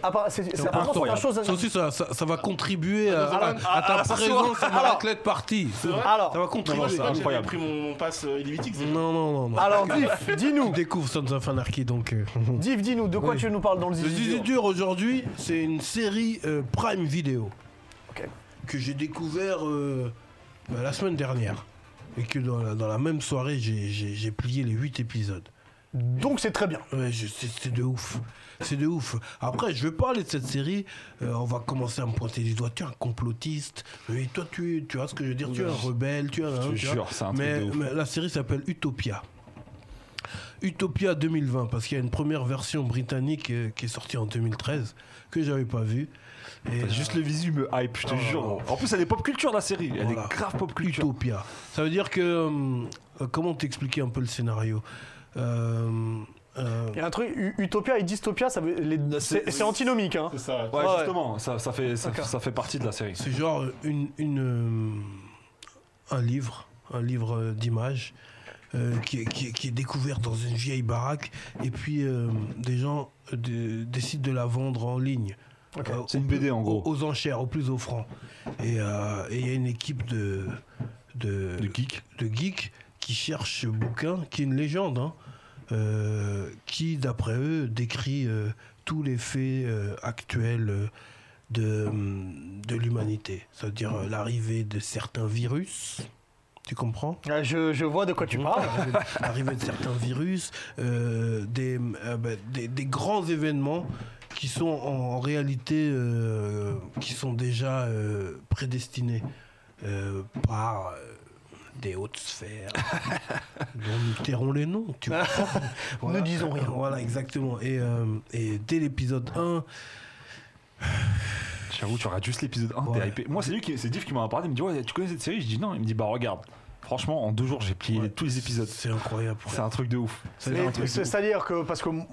Speaker 1: parce que- à part- C'est c'est- apparemment, c'est
Speaker 2: incroyable.
Speaker 1: la chose. hein.
Speaker 3: Ça aussi, ça, ça, ça va contribuer à,
Speaker 5: Ah,
Speaker 3: à- à ta
Speaker 2: ah, ça se
Speaker 3: présence à ma
Speaker 1: Alors-
Speaker 3: raclette party.
Speaker 1: Alors,
Speaker 3: [LAUGHS] Ça va
Speaker 5: Moi,
Speaker 3: contribuer.
Speaker 5: je
Speaker 2: c'est
Speaker 5: crois que j'avais
Speaker 2: incroyable.
Speaker 5: pris mon, mon pass euh, Illimitic, c'est-
Speaker 3: Non, non, non. non.
Speaker 1: alors, Div,
Speaker 3: Tu [LAUGHS]
Speaker 1: dis-nous,
Speaker 3: découvres Sons of Anarchy, donc... euh,
Speaker 1: Div, dis-nous, de quoi
Speaker 3: Oui.
Speaker 1: tu nous parles dans le
Speaker 3: Le
Speaker 1: zizi
Speaker 3: Zizi
Speaker 1: dur
Speaker 3: dur aujourd'hui, c'est une série euh, Prime Video
Speaker 1: Ok.
Speaker 3: que j'ai découvert euh, bah, la semaine dernière. Et que dans la, dans la même soirée, j'ai- j'ai j'ai plié les 8 épisodes.
Speaker 1: Donc, c'est très bien.
Speaker 3: Ouais, je- c'est c'est de ouf. C'est de ouf. Après, je vais parler de cette série. euh, on va commencer à me pointer du doigt. Tu es un complotiste. Et toi, tu, es- tu vois ce que je veux dire Tu es un rebelle. Tu es un.
Speaker 2: te
Speaker 3: tu vois.
Speaker 2: jure, c'est un truc
Speaker 3: mais,
Speaker 2: de ouf.
Speaker 3: mais la série s'appelle Utopia. Utopia 2020, parce qu'il y a une première version britannique euh, qui est sortie en 2013 que j'avais pas vue. Et,
Speaker 2: Enfin, Juste le visu me hype, je te jure. En plus, elle est pop culture la série. Elle
Speaker 3: Voilà.
Speaker 2: est grave pop culture.
Speaker 3: Utopia. Ça veut dire que. euh, comment t'expliquer un peu le scénario Euh, euh,
Speaker 1: Il y a un truc, U- Utopia et Dystopia, ça veut- les- c'est c'est antinomique. Hein.
Speaker 5: C'est ça.
Speaker 2: Ouais,
Speaker 1: Ouais.
Speaker 2: justement, ça, ça fait, ça, ça fait partie de la série.
Speaker 3: C'est genre une, une, euh, un livre, un livre euh, d'images euh, qui, est- qui est- qui est découvert dans une vieille baraque et puis euh, des gens euh, dé- décident de la vendre en ligne. Euh,
Speaker 2: C'est
Speaker 3: au
Speaker 2: une
Speaker 3: plus-
Speaker 2: BD, en gros.
Speaker 3: Aux, aux enchères, au plus offrant. Et euh, et il y a une équipe de, de,
Speaker 2: De geek.
Speaker 3: de geeks qui cherche ce bouquin, qui est une légende, hein, euh, qui, d'après eux, décrit euh, tous les faits euh, actuels euh, de, hum, de l'humanité. C'est-à-dire euh, l'arrivée de certains virus, tu comprends
Speaker 1: Ah, Je, je vois de quoi tu parles.
Speaker 3: L'arrivée- L'arrivée de certains virus, euh, des, euh, bah, des, des grands événements qui sont en, en réalité, euh, qui sont déjà euh, prédestinés euh, par euh, des hautes [LAUGHS] sphères dont nous tairons les noms. Tu vois.
Speaker 1: Ne disons rien.
Speaker 3: [LAUGHS] Voilà, exactement. Et, euh, et dès l'épisode 1,
Speaker 2: J'avoue, tu regardes juste l'épisode 1,
Speaker 3: Ouais.
Speaker 2: t'es hypé. Moi, c'est lui qui, c'est Div qui m'a parlé. Il me dit, ouais, tu connais cette série Je dis non. Il me dit, bah regarde. Franchement, en deux jours, j'ai plié
Speaker 3: Ouais.
Speaker 2: tous les épisodes.
Speaker 3: c'est incroyable.
Speaker 2: C'est un truc de ouf.
Speaker 1: Mais
Speaker 2: C'est un truc de
Speaker 1: c'est-
Speaker 2: ouf.
Speaker 1: C'est-à-dire que, parce que m-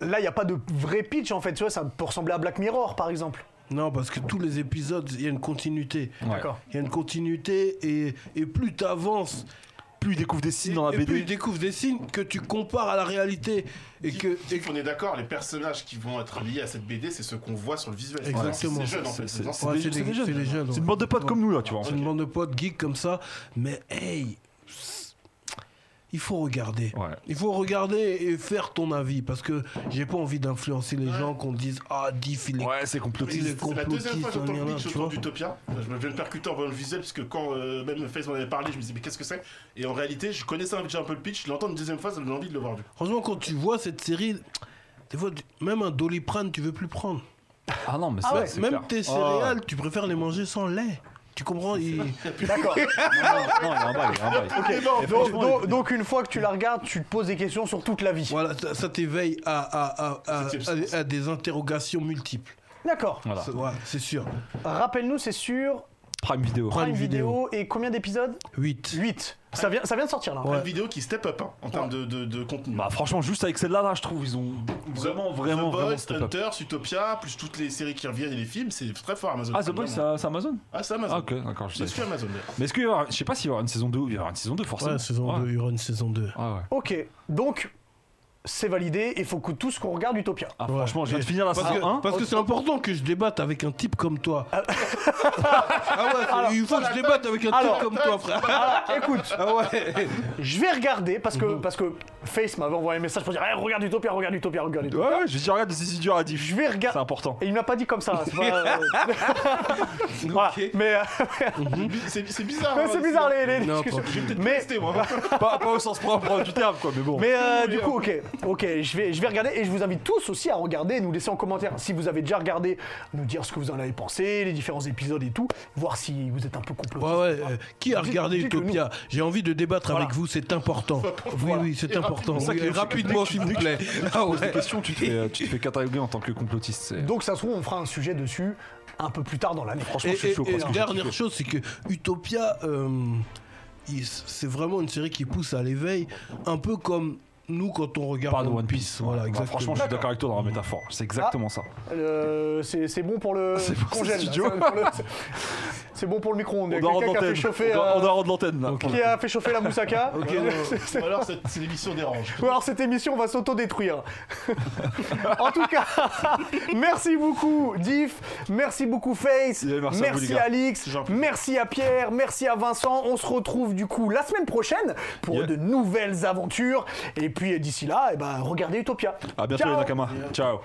Speaker 1: là, il n'y a pas de vrai pitch en fait, tu vois, ça peut ressembler à Black Mirror par exemple.
Speaker 3: Non, parce que tous les épisodes, il y a une continuité.
Speaker 2: Ouais.
Speaker 1: D'accord.
Speaker 3: Il y a une continuité et, et plus t'avances,
Speaker 2: Plus il découvre des
Speaker 3: et,
Speaker 2: signes dans la
Speaker 3: et plus
Speaker 2: BD.
Speaker 3: tu découvres des signes que tu compares à la réalité et que et
Speaker 5: Et on est d'accord, les personnages qui vont être liés à cette BD, c'est ceux qu'on voit sur le visuel.
Speaker 3: Exactement.
Speaker 5: C'est jeune en fait.
Speaker 2: C'est-
Speaker 5: les
Speaker 2: c'est-
Speaker 5: enfants.
Speaker 3: Ouais,
Speaker 2: des-
Speaker 3: c'est des-
Speaker 2: des jeunes.
Speaker 3: c'est des jeunes,
Speaker 2: C'est
Speaker 3: ouais.
Speaker 2: une bande de potes
Speaker 3: Ouais.
Speaker 2: comme nous, là, tu vois. en
Speaker 3: c'est
Speaker 2: fait.
Speaker 3: une bande de potes geeks comme ça, mais hey, c'est- il faut regarder.
Speaker 2: Ouais.
Speaker 3: Il faut regarder et faire ton avis parce que j'ai pas envie d'influencer les
Speaker 5: Ouais.
Speaker 3: gens qu'on dise ah Diff il est
Speaker 2: Ouais, c'est
Speaker 3: [LAUGHS] il est
Speaker 2: complotiste.
Speaker 5: C'est la deuxième
Speaker 3: complotiste,
Speaker 5: fois que j'entends
Speaker 3: gna,
Speaker 5: le
Speaker 3: gna,
Speaker 5: pitch
Speaker 3: tu
Speaker 5: autour
Speaker 3: vois.
Speaker 5: d'Utopia. Je me viens de percuter en voyant le visuel, parce que quand euh, même Face m'en avait parlé, je me disais, mais qu'est-ce que c'est Et en réalité, je connaissais déjà un peu le pitch, je l'entends une deuxième fois, ça me donne envie de le voir. Du coup.
Speaker 3: Franchement, quand tu vois cette série, des fois, tu- même un doliprane, tu veux plus prendre.
Speaker 2: Ah non, mais
Speaker 1: Ah
Speaker 2: ça,
Speaker 1: ouais,
Speaker 2: c'est
Speaker 3: Même
Speaker 2: clair. Oh.
Speaker 3: tes céréales, tu préfères les manger sans lait.
Speaker 2: [LAUGHS]
Speaker 3: Tu comprends il-
Speaker 1: D'accord.
Speaker 3: hein.
Speaker 2: Ah, Non, il est en bas, il est en bas.
Speaker 1: Ok. donc, donc- donc, une fois que tu la regardes, tu te poses des questions sur toute la vie.
Speaker 3: Voilà, ça, ça t'éveille à, à- à- à-
Speaker 5: C'était-
Speaker 3: à- à des interrogations multiples.
Speaker 1: D'accord.
Speaker 2: Voilà.
Speaker 3: Ça- ouais, c'est sûr.
Speaker 1: Rappelle-nous, c'est sur
Speaker 2: Prime vidéo.
Speaker 1: Prime
Speaker 3: Prime
Speaker 1: Video et combien d'épisodes
Speaker 3: 8.
Speaker 1: 8. Ça vient, ça vient de sortir là.
Speaker 3: Ouais.
Speaker 5: Une vidéo qui step up hein, en termes de, de- de contenu.
Speaker 2: Bah franchement, juste avec celle-là, là, je trouve, ils ont vraiment,
Speaker 5: The-
Speaker 2: vraiment,
Speaker 5: The Boys,
Speaker 2: vraiment step up.
Speaker 5: Hunters, Utopia, plus toutes les séries qui reviennent et les films, c'est très fort Amazon.
Speaker 2: Ah, The Boys, c'est c'est Amazon
Speaker 5: Ah, c'est Amazon.
Speaker 2: Ah, ok, d'accord, je
Speaker 5: Je suis
Speaker 2: sais.
Speaker 5: Amazon d'ailleurs.
Speaker 2: Mais est-ce qu'il y aura, je sais pas s'il y aura une saison 2, il y aura une saison 2 forcément.
Speaker 3: Ouais, saison
Speaker 2: Ouais.
Speaker 3: 2, il y aura une saison 2.
Speaker 2: Ah ouais.
Speaker 1: Ok. Donc, c'est validé, il faut que tous qu'on regarde Utopia.
Speaker 2: Ah, franchement, je viens de finir la
Speaker 3: Parce
Speaker 2: saison
Speaker 3: que,
Speaker 2: 1.
Speaker 3: parce que c'est important que je débatte avec un type comme toi. ah ouais, c'est- il faut que je débatte avec un
Speaker 1: alors-
Speaker 3: type comme toi, frère.
Speaker 1: Ah, écoute,
Speaker 3: Ah ouais.
Speaker 1: je vais regarder parce que, parce que Face m'avait envoyé un message pour dire Eh, regarde Utopia, regarde Utopia, regarde Utopia.
Speaker 2: Ouais, ouais, je dis, regarde, c'est dur à dire.
Speaker 1: Je vais
Speaker 2: C'est
Speaker 1: regarder.
Speaker 2: important.
Speaker 1: Et il m'a pas dit comme ça. c'est pas, euh, voilà.
Speaker 3: Ok.
Speaker 1: Mais euh, [LAUGHS]
Speaker 5: C'est
Speaker 2: [LAUGHS]
Speaker 5: c'est bizarre. hein,
Speaker 1: c'est bizarre les, les
Speaker 3: Non,
Speaker 1: discussions.
Speaker 3: tranquille.
Speaker 1: Mais,
Speaker 5: c'est- moi.
Speaker 2: [LAUGHS] pas, pas au sens propre du terme, quoi, mais bon.
Speaker 1: mais euh, du coup, ok, ok, je vais, je vais regarder et je vous invite tous aussi à regarder et nous laisser en commentaire si vous avez déjà regardé, nous dire ce que vous en avez pensé, les différents épisodes et tout, voir si vous êtes un peu
Speaker 3: Ouais,
Speaker 1: complotiste.
Speaker 3: ouais. euh, qui a
Speaker 1: Dites-
Speaker 3: regardé
Speaker 1: dites-le
Speaker 3: Utopia J'ai envie de débattre avec vous, c'est important. Oui, oui, c'est important.
Speaker 2: ça
Speaker 3: Oui,
Speaker 2: que-
Speaker 3: rapidement, s'il vous plaît. Ah
Speaker 2: Pose des
Speaker 3: ouais.
Speaker 2: questions, tu te fais, euh, tu te fais cataloguer en tant que complotiste. c'est-
Speaker 1: Donc ça se trouve, on fera un sujet dessus un peu plus tard dans l'année.
Speaker 2: Franchement,
Speaker 3: Et,
Speaker 2: je suis
Speaker 3: et-
Speaker 2: chaud.
Speaker 3: et
Speaker 2: parce que j'ai
Speaker 3: dernière
Speaker 2: kiffé.
Speaker 3: chose, c'est que Utopia, euh, il- c'est vraiment une série qui pousse à l'éveil, un peu comme nous quand on regarde
Speaker 2: Parle de One Piece. ouais.
Speaker 3: Voilà,
Speaker 2: Bah,
Speaker 3: exactement.
Speaker 2: franchement, je suis d'accord avec toi dans la métaphore. C'est exactement ça.
Speaker 1: Euh, c'est c'est bon pour le
Speaker 2: [LAUGHS] C'est bon,
Speaker 1: congèle,
Speaker 2: c'est
Speaker 1: là,
Speaker 2: studio.
Speaker 1: c'est bon pour le- c'est- C'est bon pour le micro-ondes. Il y a
Speaker 2: On doit
Speaker 1: Quelqu'un qui
Speaker 2: rendre
Speaker 1: a fait
Speaker 2: l'antenne.
Speaker 1: chauffer,
Speaker 2: On doit- on
Speaker 1: euh,
Speaker 2: doit rendre l'antenne, là.
Speaker 1: qui a fait chauffer la moussaka.
Speaker 2: [LAUGHS]
Speaker 5: Ou alors, c'est c'est l'émission dérange.
Speaker 1: Ou alors cette émission va s'autodétruire. [LAUGHS] en tout cas, [LAUGHS] merci beaucoup Diff, merci beaucoup Face,
Speaker 2: Yeah, merci à vous, les gars.
Speaker 1: Alix,
Speaker 5: C'est gentil.
Speaker 1: merci à Pierre, merci à Vincent. On se retrouve du coup la semaine prochaine pour
Speaker 2: Yeah.
Speaker 1: de nouvelles
Speaker 2: Ah,
Speaker 1: aventures. Et puis d'ici là, eh ben, regardez Utopia.
Speaker 2: À bientôt, les
Speaker 1: Ciao.
Speaker 2: Nakama. Ciao.